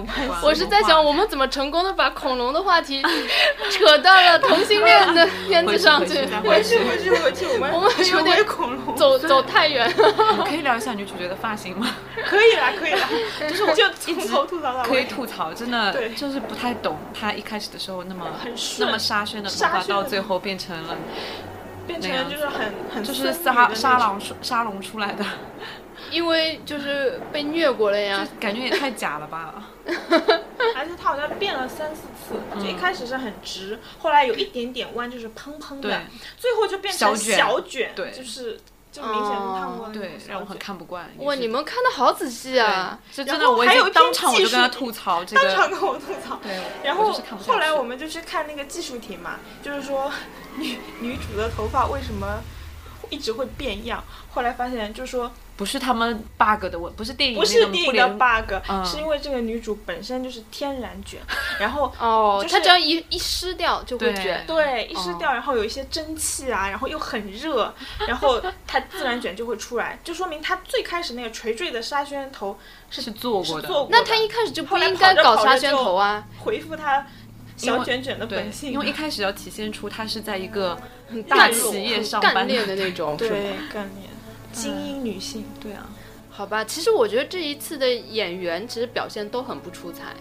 [SPEAKER 3] 哇
[SPEAKER 1] 我是在想，我们怎么成功的把恐龙的话题 扯到了同性恋的片子上去，
[SPEAKER 2] 回去回去回去，我们
[SPEAKER 1] 我们有
[SPEAKER 2] 成
[SPEAKER 1] 点
[SPEAKER 2] 为恐龙，
[SPEAKER 1] 走走太远了。
[SPEAKER 3] 我可以聊一下女主角的发 型吗？
[SPEAKER 2] 可以啦可以啦，就是我就从头吐槽到
[SPEAKER 3] 可以
[SPEAKER 2] 尾，
[SPEAKER 3] 吐槽，真的
[SPEAKER 2] 对
[SPEAKER 3] 就是不太懂她一开始的时候那么
[SPEAKER 2] 很顺
[SPEAKER 3] 那么沙宣的头
[SPEAKER 2] 沙
[SPEAKER 3] 发，
[SPEAKER 2] 宣
[SPEAKER 3] 到最后变成了
[SPEAKER 2] 变成了就是很很
[SPEAKER 3] 就是
[SPEAKER 2] 森女的
[SPEAKER 3] 沙
[SPEAKER 2] 那
[SPEAKER 3] 沙
[SPEAKER 2] 种
[SPEAKER 3] 龙出沙龙出来的，
[SPEAKER 1] 因为就是被虐过了
[SPEAKER 3] 就
[SPEAKER 1] 呀。
[SPEAKER 3] 感觉也太假了 吧？
[SPEAKER 2] 而且他好像变了三四次，
[SPEAKER 3] 嗯
[SPEAKER 2] 就一开始是很直，后来有一点点弯，就是蓬蓬的
[SPEAKER 3] 对，
[SPEAKER 2] 最后就变成
[SPEAKER 3] 小卷
[SPEAKER 2] 小卷，
[SPEAKER 3] 对
[SPEAKER 2] 就是就明显是看过的那种小姐、
[SPEAKER 3] 对，让我很看不惯。
[SPEAKER 1] 哇，你们看的好仔细啊！
[SPEAKER 3] 是
[SPEAKER 2] 然
[SPEAKER 3] 真的，
[SPEAKER 2] 后
[SPEAKER 3] 我已
[SPEAKER 2] 还有
[SPEAKER 3] 经
[SPEAKER 2] 一篇
[SPEAKER 3] 当场我
[SPEAKER 2] 技
[SPEAKER 3] 就跟他
[SPEAKER 2] 术
[SPEAKER 3] 吐槽这
[SPEAKER 2] 当场
[SPEAKER 3] 个。
[SPEAKER 2] 跟我吐槽。
[SPEAKER 3] 对，
[SPEAKER 2] 然
[SPEAKER 3] 我
[SPEAKER 2] 后
[SPEAKER 3] 就是看不下
[SPEAKER 2] 后来
[SPEAKER 3] 去
[SPEAKER 2] 我们就去看那个技术题嘛，就是说女女主的头发为什么一直会变样？后来发现就是说
[SPEAKER 3] 不是他们 bug 的问，不是电影
[SPEAKER 2] 不是
[SPEAKER 3] 那个
[SPEAKER 2] 电
[SPEAKER 3] 不
[SPEAKER 2] 影的
[SPEAKER 3] 连
[SPEAKER 2] bug，、
[SPEAKER 3] 嗯
[SPEAKER 2] 是因为这个女主本身就是天然卷，然后
[SPEAKER 1] 哦，
[SPEAKER 2] 就是
[SPEAKER 1] 它只要一一湿掉就会
[SPEAKER 3] 对
[SPEAKER 1] 卷。
[SPEAKER 2] 对一湿
[SPEAKER 3] 哦
[SPEAKER 2] 掉，然后有一些蒸汽啊，然后又很热，然后它自然卷就会出来，就说明她最开始那个垂坠的纱宣头是
[SPEAKER 3] 是做
[SPEAKER 2] 是
[SPEAKER 3] 过的，
[SPEAKER 2] 做过
[SPEAKER 1] 那他一开始就不
[SPEAKER 2] 后来
[SPEAKER 1] 应该
[SPEAKER 2] 跑着
[SPEAKER 1] 搞
[SPEAKER 2] 跑
[SPEAKER 1] 沙
[SPEAKER 2] 着
[SPEAKER 1] 宣
[SPEAKER 2] 就
[SPEAKER 1] 头啊，
[SPEAKER 2] 回复她
[SPEAKER 3] 因
[SPEAKER 2] 小
[SPEAKER 3] 为
[SPEAKER 2] 卷卷的
[SPEAKER 3] 对
[SPEAKER 2] 本，性，啊
[SPEAKER 3] 因为一开始要体现出他是在一个
[SPEAKER 1] 很
[SPEAKER 3] 大
[SPEAKER 1] 大
[SPEAKER 2] 干
[SPEAKER 3] 企
[SPEAKER 1] 气
[SPEAKER 3] 业上班
[SPEAKER 1] 干练的那种。是吧
[SPEAKER 2] 对干练
[SPEAKER 3] 嗯
[SPEAKER 2] 精英女性。
[SPEAKER 3] 对啊，
[SPEAKER 1] 好吧，其实我觉得这一次的演员其实表现都很不出彩，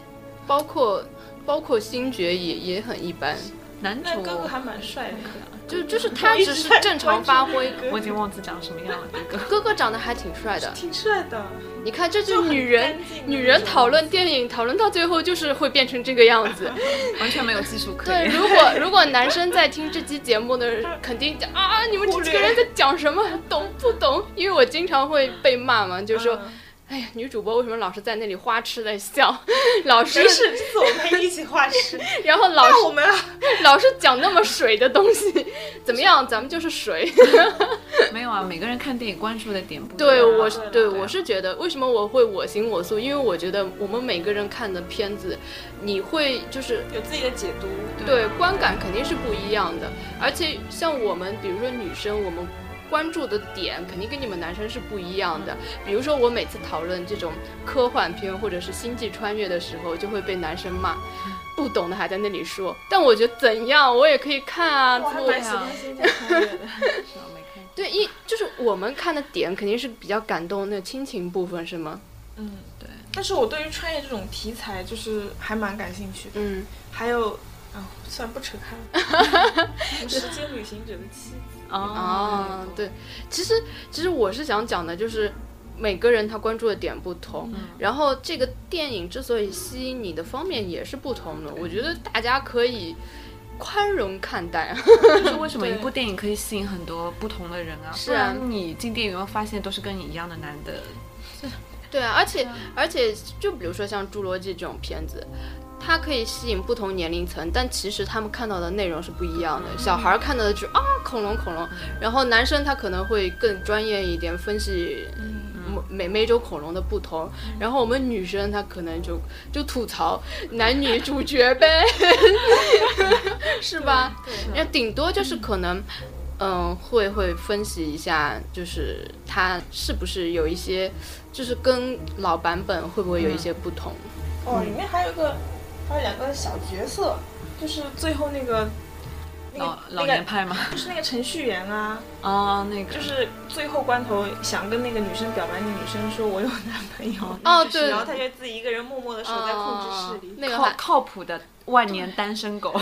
[SPEAKER 1] 包括包括星爵也也很一般，
[SPEAKER 3] 男
[SPEAKER 2] 那
[SPEAKER 3] 主
[SPEAKER 2] 哥哥还蛮帅
[SPEAKER 3] 嗯
[SPEAKER 2] 的，
[SPEAKER 1] 就就是他
[SPEAKER 2] 我一
[SPEAKER 1] 只
[SPEAKER 2] 直
[SPEAKER 1] 是
[SPEAKER 2] 在
[SPEAKER 1] 正常
[SPEAKER 2] 关注
[SPEAKER 1] 发挥。
[SPEAKER 2] 哥
[SPEAKER 3] 我已经忘记长什么样了，哥哥。
[SPEAKER 1] 哥哥长得还挺帅的，
[SPEAKER 2] 挺帅的，
[SPEAKER 1] 你看，这
[SPEAKER 2] 就
[SPEAKER 1] 就是
[SPEAKER 2] 很
[SPEAKER 1] 女人
[SPEAKER 2] 干净的那
[SPEAKER 1] 女人
[SPEAKER 2] 种
[SPEAKER 1] 讨论电影，讨论到最后就是会变成这个样 子。
[SPEAKER 3] 完全没有技术可
[SPEAKER 1] 对，
[SPEAKER 3] 言。
[SPEAKER 1] 如果如果男生在听这期节目的，肯定讲啊，你们这几个人在讲什么，懂不懂？因为我经常会被骂嘛，就
[SPEAKER 2] 就是
[SPEAKER 1] 说，哎呀，女主播为什么老是在那里花痴的笑， 老是
[SPEAKER 2] 没，事，这次我们一起画 室，
[SPEAKER 1] 然后老
[SPEAKER 2] 那
[SPEAKER 1] 是
[SPEAKER 2] 我们啊
[SPEAKER 1] 老是讲那么水的东西， 怎么样？咱们就是水。
[SPEAKER 3] 没有啊，每个人看电影关注的点不一样啊。
[SPEAKER 1] 对，我是
[SPEAKER 2] 对
[SPEAKER 1] 对
[SPEAKER 2] 了
[SPEAKER 1] 我是觉得，为什么我会我行我素？因为我觉得我们每个人看的片子，你会就是
[SPEAKER 2] 有自己的解读，
[SPEAKER 1] 对，观感肯定是不一样的。而且像我们，比如说女生，我们关注的点肯定跟你们男生是不一样的。比如说我每次讨论这种科幻片或者是星际穿越的时候，就会被男生骂，不懂的还在那里说。但我觉得怎样，我也可以看啊，
[SPEAKER 2] 我还
[SPEAKER 1] 我
[SPEAKER 2] 蛮喜欢新疆穿越的。
[SPEAKER 3] 是啊，没看。
[SPEAKER 1] 对，一就是我们看的点肯定是比较感动那亲情部分，是吗？
[SPEAKER 2] 嗯，
[SPEAKER 3] 对。
[SPEAKER 2] 但是我对于穿越这种题材就是还蛮感兴趣的，
[SPEAKER 1] 嗯，
[SPEAKER 2] 还有。啊，算不扯开了， 什么时间旅行者的妻子，
[SPEAKER 1] 啊
[SPEAKER 3] 哦，，
[SPEAKER 1] 对，其实其实我是想讲的，就是每个人他关注的点不同，然后这个电影之所以吸引你的方面也是不同的，我觉得大家可以宽容看待。
[SPEAKER 3] 就是为什么一部电影可以吸引很多不同的人啊？
[SPEAKER 1] 是
[SPEAKER 3] 不
[SPEAKER 1] 啊
[SPEAKER 3] 然你进电影院发现都是跟你一样的男的，
[SPEAKER 1] 对啊，而且而且就比如说像《侏罗纪》这种片子。它可以吸引不同年龄层，但其实他们看到的内容是不一样的。小孩儿看到的就是啊恐龙恐龙，然后男生他可能会更专业一点分析
[SPEAKER 3] 嗯
[SPEAKER 2] 嗯
[SPEAKER 1] 每每种恐龙的不同，然后我们女生她可能就就吐槽男女主角呗， 是
[SPEAKER 3] 啊
[SPEAKER 1] 吧？
[SPEAKER 2] 对，
[SPEAKER 1] 那顶多就是可能，嗯、会会分析一下，就是它是不是有一些，就是跟老版本会不会有一些不同？
[SPEAKER 2] 哦，里面还有一个，还有两个小角色，就是最后那个，那
[SPEAKER 3] 老
[SPEAKER 2] 个
[SPEAKER 3] 老
[SPEAKER 2] 那
[SPEAKER 3] 年
[SPEAKER 2] 个
[SPEAKER 3] 派嘛。
[SPEAKER 2] 就是那个程序员啊，
[SPEAKER 3] 啊，那个
[SPEAKER 2] 就是最后关头想跟那个女生表白，那女生说我有男朋友，
[SPEAKER 1] 哦，对，
[SPEAKER 2] 然后他就自己一个人默默的守在控制室里，
[SPEAKER 1] 哦那个
[SPEAKER 3] 靠
[SPEAKER 1] 还
[SPEAKER 3] 靠谱的万年单身狗，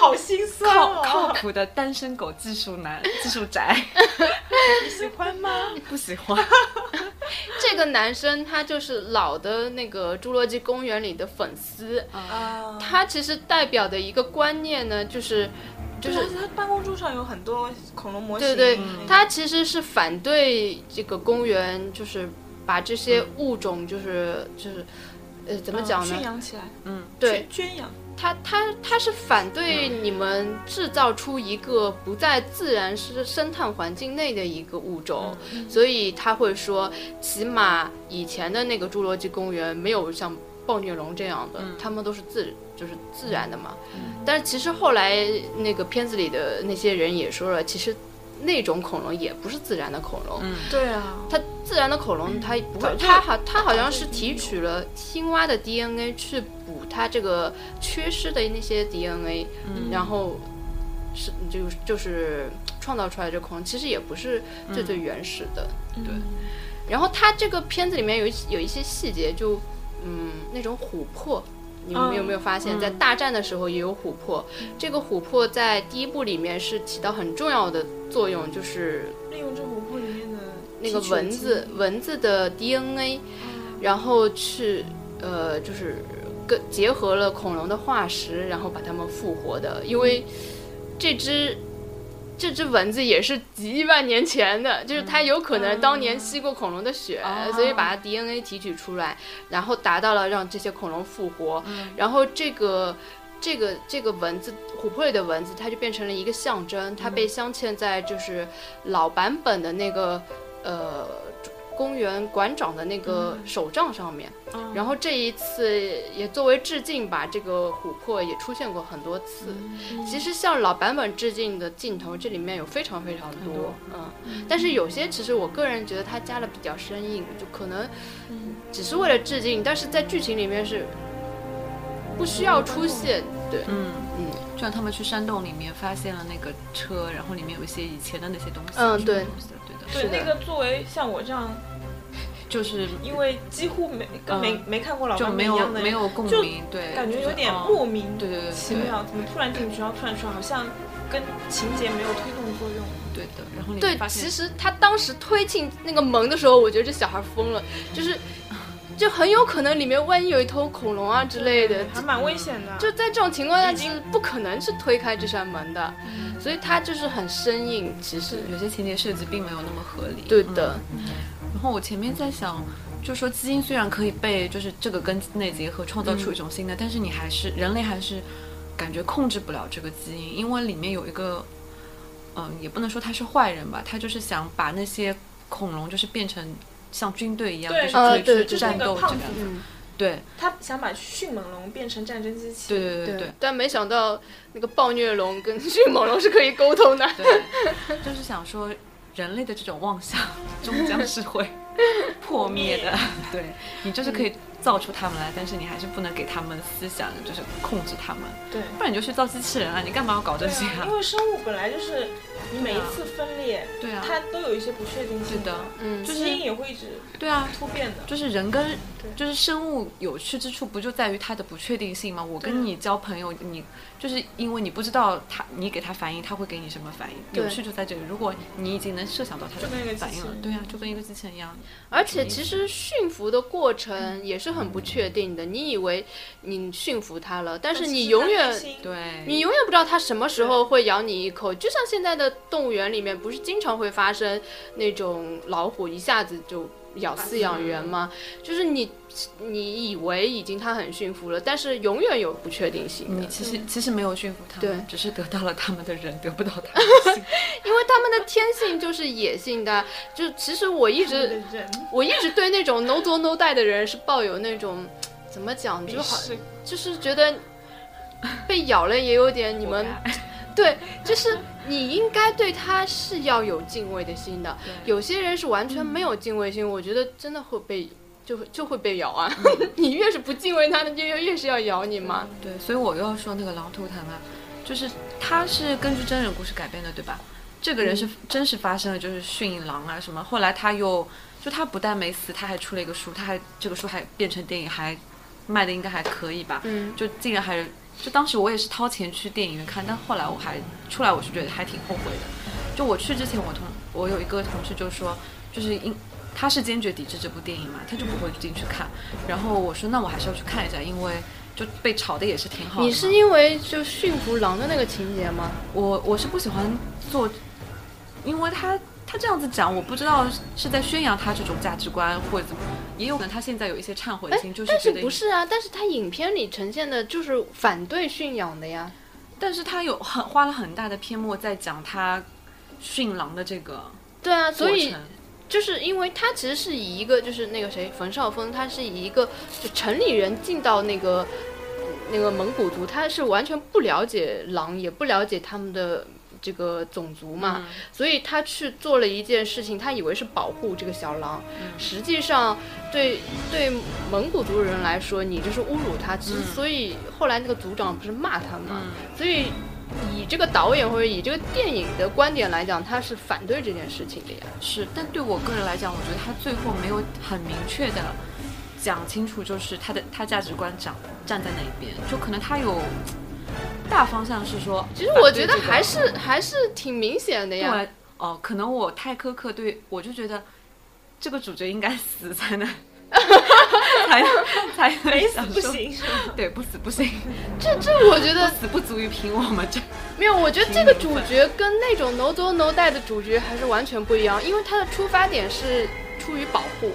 [SPEAKER 2] 好心酸
[SPEAKER 3] 靠
[SPEAKER 2] 哦。
[SPEAKER 3] 靠谱的单身狗技术男技术宅，
[SPEAKER 2] 你喜欢吗？
[SPEAKER 3] 不喜欢。
[SPEAKER 1] 这个男生他就是老的那个《侏罗纪公园》里的粉丝，
[SPEAKER 2] 啊，
[SPEAKER 1] 他其实代表的一个观念呢，就是就
[SPEAKER 2] 就是是啊他办公桌上有很多恐龙模
[SPEAKER 1] 对
[SPEAKER 2] 型，
[SPEAKER 1] 对
[SPEAKER 2] 嗯，
[SPEAKER 1] 他其实是反对这个公园，就是把这
[SPEAKER 2] 嗯
[SPEAKER 1] 些物种，就是就是，呃，怎么讲呢
[SPEAKER 2] 宣？扬嗯起来，
[SPEAKER 1] 对
[SPEAKER 2] 宣宣扬，
[SPEAKER 1] 他，他他是反对你们制造出一个不在自然生生态环境内的一个物种，所以他会说，起码以前的那个侏罗纪公园没有像暴虐龙这样的，他们都是自就是自然的嘛。但是其实后来那个片子里的那些人也说了，其实那种恐龙也不是自然的恐龙，
[SPEAKER 2] 对啊，
[SPEAKER 1] 它自然的恐龙它不会，
[SPEAKER 2] 嗯早就
[SPEAKER 1] 它好它好像是提取了青蛙的 DNA 去补它这个缺失的那些 DNA，、然
[SPEAKER 2] 嗯
[SPEAKER 1] 后是就就是创造出来这恐龙，其实也不是
[SPEAKER 2] 嗯
[SPEAKER 1] 最最原始的。
[SPEAKER 2] 对，
[SPEAKER 1] 然后它这个片子里面有一有一些细节就，嗯那种琥珀。你们
[SPEAKER 2] 嗯
[SPEAKER 1] 有没有发现，在大战的时候也有琥珀？这个琥珀在第一部里面是起到很重要的作用，就是
[SPEAKER 2] 利用这琥珀里面的
[SPEAKER 1] 那个蚊子
[SPEAKER 3] 嗯
[SPEAKER 1] 蚊子的 DNA，然
[SPEAKER 3] 啊
[SPEAKER 1] 后去呃就是跟结合
[SPEAKER 3] 嗯
[SPEAKER 1] 了恐龙的化石，然后把它们复活的。因为这只这只蚊子也是几亿万年前的，就是它有可能当年吸过恐龙的血，
[SPEAKER 3] 嗯哦
[SPEAKER 1] 所以把它 DNA 提取出来，然后达到了让这些恐龙复活。
[SPEAKER 3] 嗯
[SPEAKER 1] 然后这个这个这个蚊子，琥珀里的蚊子，它就变成了一个象征，
[SPEAKER 3] 嗯
[SPEAKER 1] 它被镶嵌在就是老版本的那个呃公园馆长的那个手杖上面。
[SPEAKER 3] 嗯
[SPEAKER 1] 然后这一次也作为致敬吧，这个琥珀也出现过很多次。其实向老版本致敬的镜头，这里面有非常非常
[SPEAKER 3] 很
[SPEAKER 1] 多
[SPEAKER 3] 多，
[SPEAKER 1] 嗯，但是有些其实我个人觉得它加的比较生硬，就可能
[SPEAKER 3] 嗯
[SPEAKER 1] 只是为了致敬，但是在剧情里面是不需要出现，对，
[SPEAKER 3] 嗯
[SPEAKER 1] 嗯
[SPEAKER 3] 嗯，就像他们去山洞里面发现了那个车，然后里面有一些以前的那些东西，
[SPEAKER 1] 嗯
[SPEAKER 3] 什么
[SPEAKER 1] 对
[SPEAKER 3] 东西的，对的，
[SPEAKER 1] 是
[SPEAKER 2] 对，
[SPEAKER 1] 的
[SPEAKER 2] 那个作为像我这样，
[SPEAKER 3] 就是
[SPEAKER 2] 因为几乎没跟没、
[SPEAKER 3] 嗯
[SPEAKER 2] 没看过老
[SPEAKER 3] 就
[SPEAKER 2] 版
[SPEAKER 3] 没
[SPEAKER 2] 本一
[SPEAKER 3] 有
[SPEAKER 2] 样的人，
[SPEAKER 3] 没有共
[SPEAKER 2] 就
[SPEAKER 3] 鸣，对，
[SPEAKER 2] 感觉
[SPEAKER 3] 就是
[SPEAKER 2] 有点
[SPEAKER 3] 哦
[SPEAKER 2] 莫名
[SPEAKER 3] 对对对对
[SPEAKER 2] 奇妙，怎么突然进去，然后突然说好像跟情节没有推动作用。
[SPEAKER 3] 对的，然后你
[SPEAKER 1] 对，
[SPEAKER 3] 发现
[SPEAKER 1] 其实他当时推进那个门的时候，我觉得这小孩疯了，就是就很有可能里面万一有一头恐龙啊之类的，
[SPEAKER 2] 还蛮危险的。
[SPEAKER 1] 就在这种情况下
[SPEAKER 2] 已
[SPEAKER 1] 其
[SPEAKER 2] 经
[SPEAKER 1] 实不可能是推开这扇门的，所以他就是很生硬，其实
[SPEAKER 3] 有些情节设计并没有那么合理，
[SPEAKER 1] 对
[SPEAKER 3] 嗯
[SPEAKER 1] 的，
[SPEAKER 3] 然后我前面在想，就说基因虽然可以被就是这个跟内结合
[SPEAKER 2] 嗯
[SPEAKER 3] 创造出一种新的，但是你还是人类还是感觉控制不了这个基因，因为里面有一个，嗯、也不能说他是坏人吧，他就是想把那些恐龙就是变成像军队一样，
[SPEAKER 2] 对
[SPEAKER 3] 就是
[SPEAKER 1] 啊
[SPEAKER 3] 可以
[SPEAKER 1] 对
[SPEAKER 3] 去
[SPEAKER 1] 对
[SPEAKER 2] 就是
[SPEAKER 3] 战
[SPEAKER 2] 那个
[SPEAKER 3] 斗这
[SPEAKER 2] 胖
[SPEAKER 3] 个
[SPEAKER 2] 子
[SPEAKER 3] 样，子。
[SPEAKER 1] 嗯。
[SPEAKER 3] 对
[SPEAKER 2] 他想把迅猛龙变成战争机器。
[SPEAKER 3] 对对对对
[SPEAKER 1] 但没想到那个暴虐龙跟迅猛龙是可以沟通的。
[SPEAKER 3] 对，对就是想说人类的这种妄想终将是会破灭 的。对你就是可以造出他们来，但是你还是不能给他们思想，就是控制他们。
[SPEAKER 2] 对
[SPEAKER 3] 不然你就去造机器人啊！你干嘛要搞这
[SPEAKER 2] 对
[SPEAKER 3] 些
[SPEAKER 2] 啊，
[SPEAKER 3] 啊
[SPEAKER 2] 因？为生物本来就是你每一次分裂，
[SPEAKER 3] 对啊，
[SPEAKER 2] 它都有一些不确定性。
[SPEAKER 3] 对的，
[SPEAKER 1] 嗯，
[SPEAKER 3] 就是
[SPEAKER 2] 基因也会一直
[SPEAKER 3] 对啊，
[SPEAKER 2] 突变的。
[SPEAKER 3] 就是人跟
[SPEAKER 2] 对
[SPEAKER 3] 就是生物有趣之处，不就在于它的不确定性吗？我
[SPEAKER 2] 对啊
[SPEAKER 3] 跟你交朋友，你就是因为你不知道他，你给他反应，他会给你什么反应？
[SPEAKER 1] 对
[SPEAKER 3] 有趣就在这里。如果你已经能设想到他
[SPEAKER 2] 就跟一个
[SPEAKER 3] 的
[SPEAKER 2] 机
[SPEAKER 3] 反应
[SPEAKER 2] 器
[SPEAKER 3] 了
[SPEAKER 2] 人，
[SPEAKER 3] 对啊，就跟一个机器人一样。
[SPEAKER 1] 而且其实驯服的过程也是很不确定的。你以为你驯服它了，但是你永远。
[SPEAKER 3] 对，
[SPEAKER 1] 你永远不知道它什么时候会咬你一口，就像现在的动物园里面，不是经常会发生那种老虎一下子就咬饲养员吗？就是你你以为已经它很驯服了，但是永远有不确定性的
[SPEAKER 3] 你，其实其实没有驯服他
[SPEAKER 1] 对
[SPEAKER 3] 们，只是得到了他们的人，得不到他们的心。
[SPEAKER 1] 因为它们的天性就是野性的。啊就其实我一
[SPEAKER 2] 一直
[SPEAKER 1] 直
[SPEAKER 2] 人
[SPEAKER 1] 我一直对那种 no 作 no die 的人是抱有那种怎么讲，就
[SPEAKER 2] 就是
[SPEAKER 1] 好，
[SPEAKER 2] 是
[SPEAKER 1] 就是觉得被咬了也有点你们
[SPEAKER 3] 活该
[SPEAKER 1] 对，就是你应该对他是要有敬畏的心的。
[SPEAKER 3] 对
[SPEAKER 1] 有些人是完全没有敬畏心，我觉得真的会被就会就会被咬啊。 你越是不敬畏他，他就越越是要咬你嘛。
[SPEAKER 3] 对，所以我又要说那个《狼图腾》啊，就是它是根据真人故事改编的，对吧？这个人是真实发生的，就是驯狼啊什么。后来他又就他不但没死，他还出了一个书，他还这个书还变成电影，还卖的应该还可以吧？
[SPEAKER 1] 嗯，
[SPEAKER 3] 就竟然还就当时我也是掏钱去电影院看，但后来我还出来，我是觉得还挺后悔的。就我去之前，我同我有一个同事就说，就是因他是坚决抵制这部电影嘛，他就不会进去看。然后我说那我还是要去看一下，因为就被炒的也是挺好的嘛。
[SPEAKER 1] 你是因为就驯服狼的那个情节吗？
[SPEAKER 3] 我我是不喜欢做，因为他他这样子讲，我不知道是在宣扬他这种价值观或者怎么，也有可能他现在有一些忏悔
[SPEAKER 1] 哎
[SPEAKER 3] 心，就
[SPEAKER 1] 但
[SPEAKER 3] 觉
[SPEAKER 1] 是
[SPEAKER 3] 得
[SPEAKER 1] 不是啊？但是他影片里呈现的就是反对驯养的呀。
[SPEAKER 3] 但是他有很花了很大的篇目在讲他驯狼的这个
[SPEAKER 1] 对啊，所
[SPEAKER 3] 过
[SPEAKER 1] 以
[SPEAKER 3] 程，
[SPEAKER 1] 就是因为他其实是以一个就是那个谁冯绍峰，他是以一个就城里人进到那个那个蒙古族，他是完全不了解狼，也不了解他们的这个种族嘛，
[SPEAKER 3] 嗯
[SPEAKER 1] 所以他去做了一件事情，他以为是保护这个小狼，
[SPEAKER 3] 嗯
[SPEAKER 1] 实际上对对蒙古族人来说，你这是侮辱他。其实
[SPEAKER 3] 嗯
[SPEAKER 1] 所以后来那个族长不是骂他嘛，
[SPEAKER 3] 嗯
[SPEAKER 1] 所以。以这个导演或者以这个电影的观点来讲，他是反对这件事情的呀。
[SPEAKER 3] 是，但对我个人来讲，我觉得他最后没有很明确的讲清楚，就是他的他价值观站站在哪一边，就可能他有大方向是说，
[SPEAKER 1] 其实我觉得还是还是挺明显的
[SPEAKER 3] 对我
[SPEAKER 1] 呀。
[SPEAKER 3] 来哦，可能我太苛刻，对我就觉得这个主角应该死才能才才能
[SPEAKER 2] 没死
[SPEAKER 3] 享
[SPEAKER 2] 不
[SPEAKER 3] 受，
[SPEAKER 2] 行，
[SPEAKER 3] 对，不死不行，
[SPEAKER 1] 这这我觉
[SPEAKER 3] 不
[SPEAKER 1] 得
[SPEAKER 3] 死不足以平我们这
[SPEAKER 1] 没有，我觉得这个主角跟那种 no 走 no 带的主角还是完全不一样，因为他的出发点是出于保护，
[SPEAKER 3] 嗯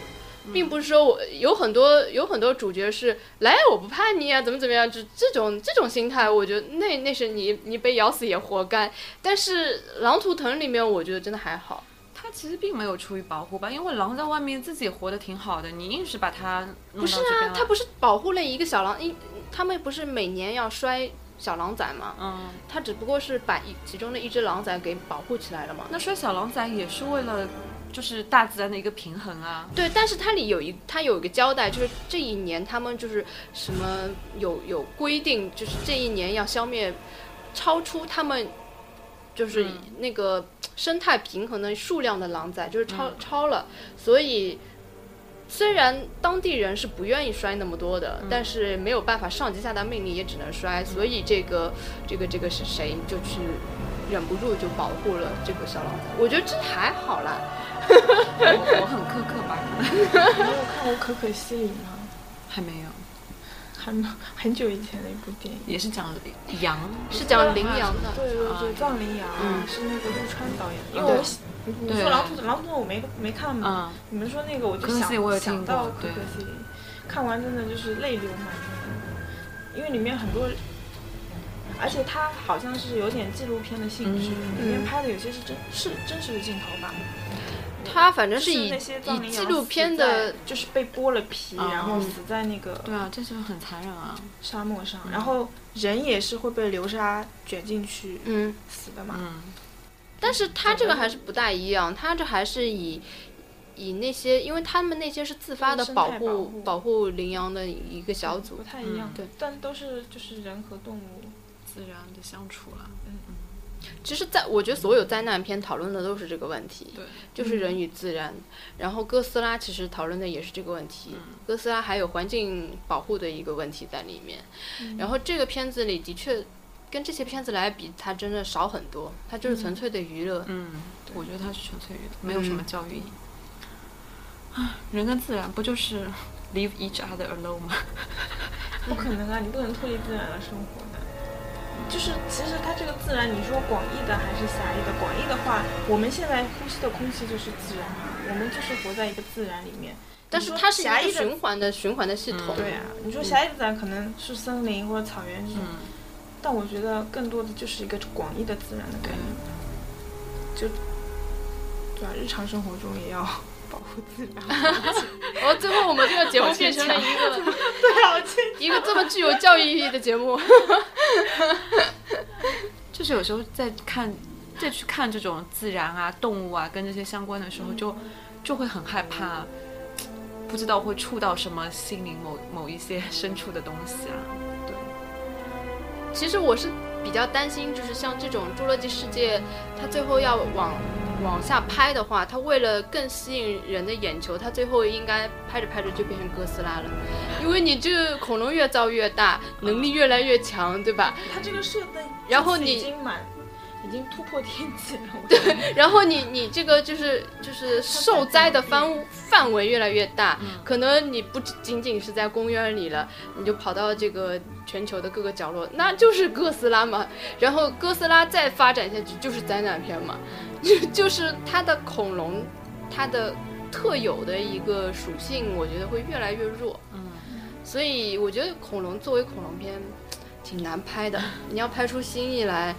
[SPEAKER 1] 并不是说我有很多有很多主角是来我不怕你啊，怎么怎么样，这这种这种心态，我觉得那那是你你被咬死也活该。但是《狼图腾》里面，我觉得真的还好，
[SPEAKER 3] 他其实并没有出于保护吧，因为狼在外面自己活得挺好的，你硬是把它弄
[SPEAKER 1] 不是
[SPEAKER 3] 到这边
[SPEAKER 1] 啊，
[SPEAKER 3] 来
[SPEAKER 1] 他不是保护了一个小狼，因他们不是每年要摔小狼崽吗？
[SPEAKER 3] 嗯，
[SPEAKER 1] 他只不过是把一其中的一只狼崽给保护起来了嘛。
[SPEAKER 3] 那摔小狼崽也是为了就是大自然的一个平衡啊。
[SPEAKER 1] 对，但是它里有一，它有一个交代，就是这一年他们就是什么有有规定，就是这一年要消灭超出他们就是
[SPEAKER 3] 嗯
[SPEAKER 1] 那个生态平衡的数量的狼崽，就是超、超了，所以。虽然当地人是不愿意摔那么多的，但是没有办法，上级下达命令也只能摔，所以这个这个这个是谁就去忍不住就保护了这个小狼崽，我觉得这还好啦，
[SPEAKER 3] 哦我我很苛刻吧？
[SPEAKER 2] 你有看过《可可西里》吗？
[SPEAKER 3] 还没有，
[SPEAKER 2] 还蛮很久以前的一部电影。
[SPEAKER 3] 也是讲羊，
[SPEAKER 1] 是讲羚羊的。
[SPEAKER 2] 对对对，藏羚羊
[SPEAKER 3] 啊嗯
[SPEAKER 2] 是那个陆川导演的。
[SPEAKER 3] 对
[SPEAKER 2] 因为我喜你你
[SPEAKER 3] 对
[SPEAKER 2] 说狼图狼图我没没看嘛，
[SPEAKER 3] 嗯，
[SPEAKER 2] 你们说那个我就
[SPEAKER 3] 可可西里我有
[SPEAKER 2] 想
[SPEAKER 3] 听
[SPEAKER 2] 想
[SPEAKER 3] 过
[SPEAKER 2] 到可
[SPEAKER 3] 对
[SPEAKER 2] 可西里，看完真的就是泪流满面，因为里面很多，而且它好像是有点纪录片的性质，
[SPEAKER 3] 嗯
[SPEAKER 2] 里面拍的有些是真是真实的镜头吧。
[SPEAKER 1] 他反正
[SPEAKER 2] 就是
[SPEAKER 1] 以
[SPEAKER 2] 那些藏
[SPEAKER 1] 以
[SPEAKER 2] 羚
[SPEAKER 1] 纪
[SPEAKER 2] 羊
[SPEAKER 1] 录
[SPEAKER 2] 死
[SPEAKER 1] 片的
[SPEAKER 2] 在，就是被剥了皮，
[SPEAKER 3] 啊
[SPEAKER 2] 然后死在那个
[SPEAKER 3] 对啊，这是很残忍啊。
[SPEAKER 2] 沙漠上，然后人也是会被流沙卷进去
[SPEAKER 1] 嗯，
[SPEAKER 2] 死的嘛。
[SPEAKER 3] 嗯，
[SPEAKER 1] 但是他这个还是不大一样，他这还是以以那些，因为他们那些是自发的
[SPEAKER 2] 生态
[SPEAKER 1] 保
[SPEAKER 2] 保
[SPEAKER 1] 护
[SPEAKER 2] 护
[SPEAKER 1] 保护羚羊的一个小组
[SPEAKER 2] 不，太一样
[SPEAKER 3] 嗯，
[SPEAKER 1] 对
[SPEAKER 2] 但都是就是人和动物。
[SPEAKER 3] 自然的相处啊了。
[SPEAKER 1] 其实在，我觉得所有灾难片讨论的都是这个问题，
[SPEAKER 3] 对，
[SPEAKER 1] 就是人
[SPEAKER 2] 嗯
[SPEAKER 1] 与自然。然后哥斯拉其实讨论的也是这个问题，
[SPEAKER 2] 嗯
[SPEAKER 1] 哥斯拉还有环境保护的一个问题在里面。
[SPEAKER 2] 嗯
[SPEAKER 1] 然后这个片子里的确跟这些片子来比，它真的少很多，它就是纯粹的娱乐。
[SPEAKER 3] 嗯，我觉得它是纯粹娱乐，没有什么教育意义。唉人跟自然不就是 leave each other alone 吗？
[SPEAKER 2] 不可能啊，你不能脱离自然而生活的。就是其实它这个自然，你说广义的还是狭义的？广义的话，我们现在呼吸的空气就是自然啊，我们就是活在一个自然里面。
[SPEAKER 1] 但
[SPEAKER 2] 你
[SPEAKER 1] 是
[SPEAKER 2] 说
[SPEAKER 1] 它是一
[SPEAKER 2] 狭
[SPEAKER 1] 个
[SPEAKER 2] 义的
[SPEAKER 1] 循环的循环的系统。
[SPEAKER 2] 对啊，你说狭义的自然可能是森林或者草原这种，
[SPEAKER 3] 嗯
[SPEAKER 2] 但我觉得更多的就是一个广义的自然的概念，就对啊，日常生活中 也要保护自然。
[SPEAKER 1] 然后哦最后我们这个节目变成了一个
[SPEAKER 2] 对啊，我记
[SPEAKER 1] 一个这么具有教育意义的节目。
[SPEAKER 3] 就是有时候在看，再去看这种自然啊、动物啊跟这些相关的时候就，就
[SPEAKER 2] 嗯
[SPEAKER 3] 会很害怕，不知道会触到什么心灵某某一些 深处的东西啊。
[SPEAKER 1] 其实我是比较担心，就是像这种《侏罗纪世界》，它最后要往往下拍的话，它为了更吸引人的眼球，它最后应该拍着拍着就变成哥斯拉了，因为你这个恐龙越造越大，能力越来越强，对吧？
[SPEAKER 2] 它这个设定，
[SPEAKER 1] 然后你
[SPEAKER 2] 已经满，已经突破天际了。我觉得
[SPEAKER 1] 然后你你这个就是就是受灾的范范围越来越大，可能你不只仅仅是在公园里了，你就跑到这个全球的各个角落，那就是哥斯拉嘛。然后哥斯拉再发展下去就是灾难片嘛， 就就是它的恐龙，它的特有的一个属性，我觉得会越来越弱。
[SPEAKER 3] 嗯，
[SPEAKER 1] 所以我觉得恐龙作为恐龙片。挺难拍的，你要拍出新意来。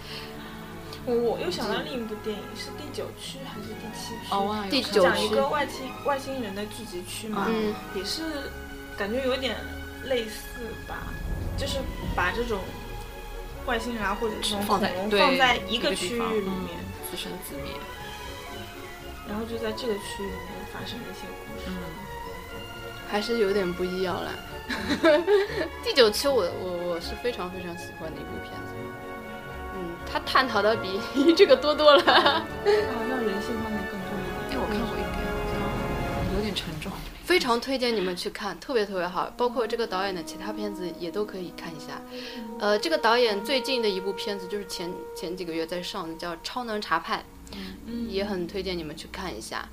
[SPEAKER 2] 我我又想到另一部电影，是第九区还是第七区？
[SPEAKER 3] 哦，哇，有
[SPEAKER 1] 第
[SPEAKER 3] 看
[SPEAKER 1] 九
[SPEAKER 3] 过
[SPEAKER 2] 讲一
[SPEAKER 1] 区
[SPEAKER 2] 个外星外星人的聚集区嘛，
[SPEAKER 1] 嗯，
[SPEAKER 2] 也是感觉有点类似吧，就是把这种外星人啊或者这种
[SPEAKER 3] 放
[SPEAKER 2] 恐
[SPEAKER 3] 在
[SPEAKER 2] 龙
[SPEAKER 3] 对
[SPEAKER 2] 放在一
[SPEAKER 3] 一个
[SPEAKER 2] 个
[SPEAKER 3] 地
[SPEAKER 2] 区域
[SPEAKER 3] 方
[SPEAKER 2] 里
[SPEAKER 3] 嗯
[SPEAKER 2] 面，
[SPEAKER 3] 自生自灭。
[SPEAKER 2] 然后就在这个区域里面发生的一些故事。
[SPEAKER 3] 嗯。
[SPEAKER 1] 还是有点不一样啦。 第九期我我我是非常非常喜欢的一部片子，嗯，它探讨的比这个多多 了，
[SPEAKER 2] 好像人性方面更重要。
[SPEAKER 3] 嗯哎因为我看过一点，好像有点沉重。
[SPEAKER 1] 非常推荐你们去看，特别特别好。包括这个导演的其他片子也都可以看一下。呃，这个导演最近的一部片子就是前前几个月在上的，叫《超能查派》，也很推荐你们去看一下。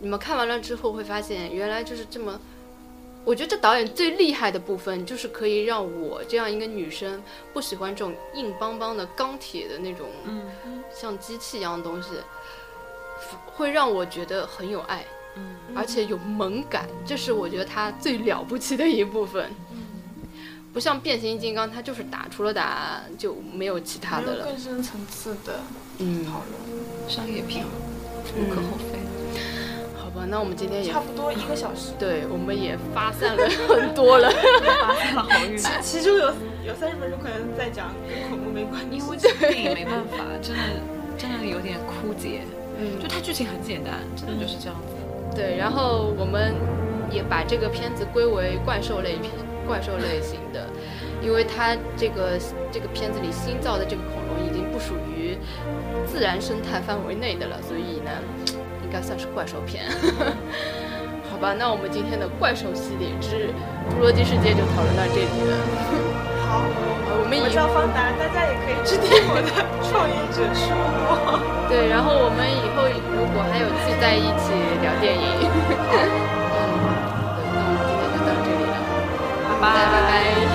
[SPEAKER 1] 你们看完了之后会发现，原来就是这么我觉得这导演最厉害的部分，就是可以让我这样一个女生不喜欢这种硬邦邦的钢铁的那种，
[SPEAKER 3] 嗯
[SPEAKER 1] 像机器一样的东西，会让我觉得很有爱，
[SPEAKER 3] 嗯
[SPEAKER 1] 而且有萌感，这是我觉得他最了不起的一部分。不像变形金刚，它就是打除了打就没有其他
[SPEAKER 2] 还
[SPEAKER 1] 的
[SPEAKER 2] 有
[SPEAKER 1] 了。
[SPEAKER 2] 更深层次的
[SPEAKER 1] 嗯，
[SPEAKER 2] 讨论。
[SPEAKER 3] 商业片
[SPEAKER 2] 嗯
[SPEAKER 3] 无可厚 非。
[SPEAKER 1] 嗯好吧，那我们今天也
[SPEAKER 2] 差不多一个小时，
[SPEAKER 1] 对，我们也发散了很多了。
[SPEAKER 3] 发现了好运，
[SPEAKER 2] 其中有有三十分钟可能在讲跟恐怖没关系，
[SPEAKER 3] 因为这部电影没办法，真的真的有点枯竭。
[SPEAKER 1] 嗯
[SPEAKER 3] 就它剧情很简单，真的就是这样子。
[SPEAKER 1] 对，然后我们也把这个片子归为怪兽类片，怪兽类型的，因为它这个这个片子里新造的这个恐龙已经不属于自然生态范围内的了，所以呢，应该算是怪兽片。 好吧，那我们今天的怪兽系列之《侏罗纪世界》就讨论到这里了。
[SPEAKER 2] 好，
[SPEAKER 1] 呃我们
[SPEAKER 2] 我
[SPEAKER 1] 以
[SPEAKER 2] 叫方达，大家也可以去听我的创业者说我。
[SPEAKER 1] 对，然后我们以后如果还有聚在一起聊电影，嗯，对，那我们今天就到这里了，
[SPEAKER 3] 拜
[SPEAKER 1] 大家拜拜。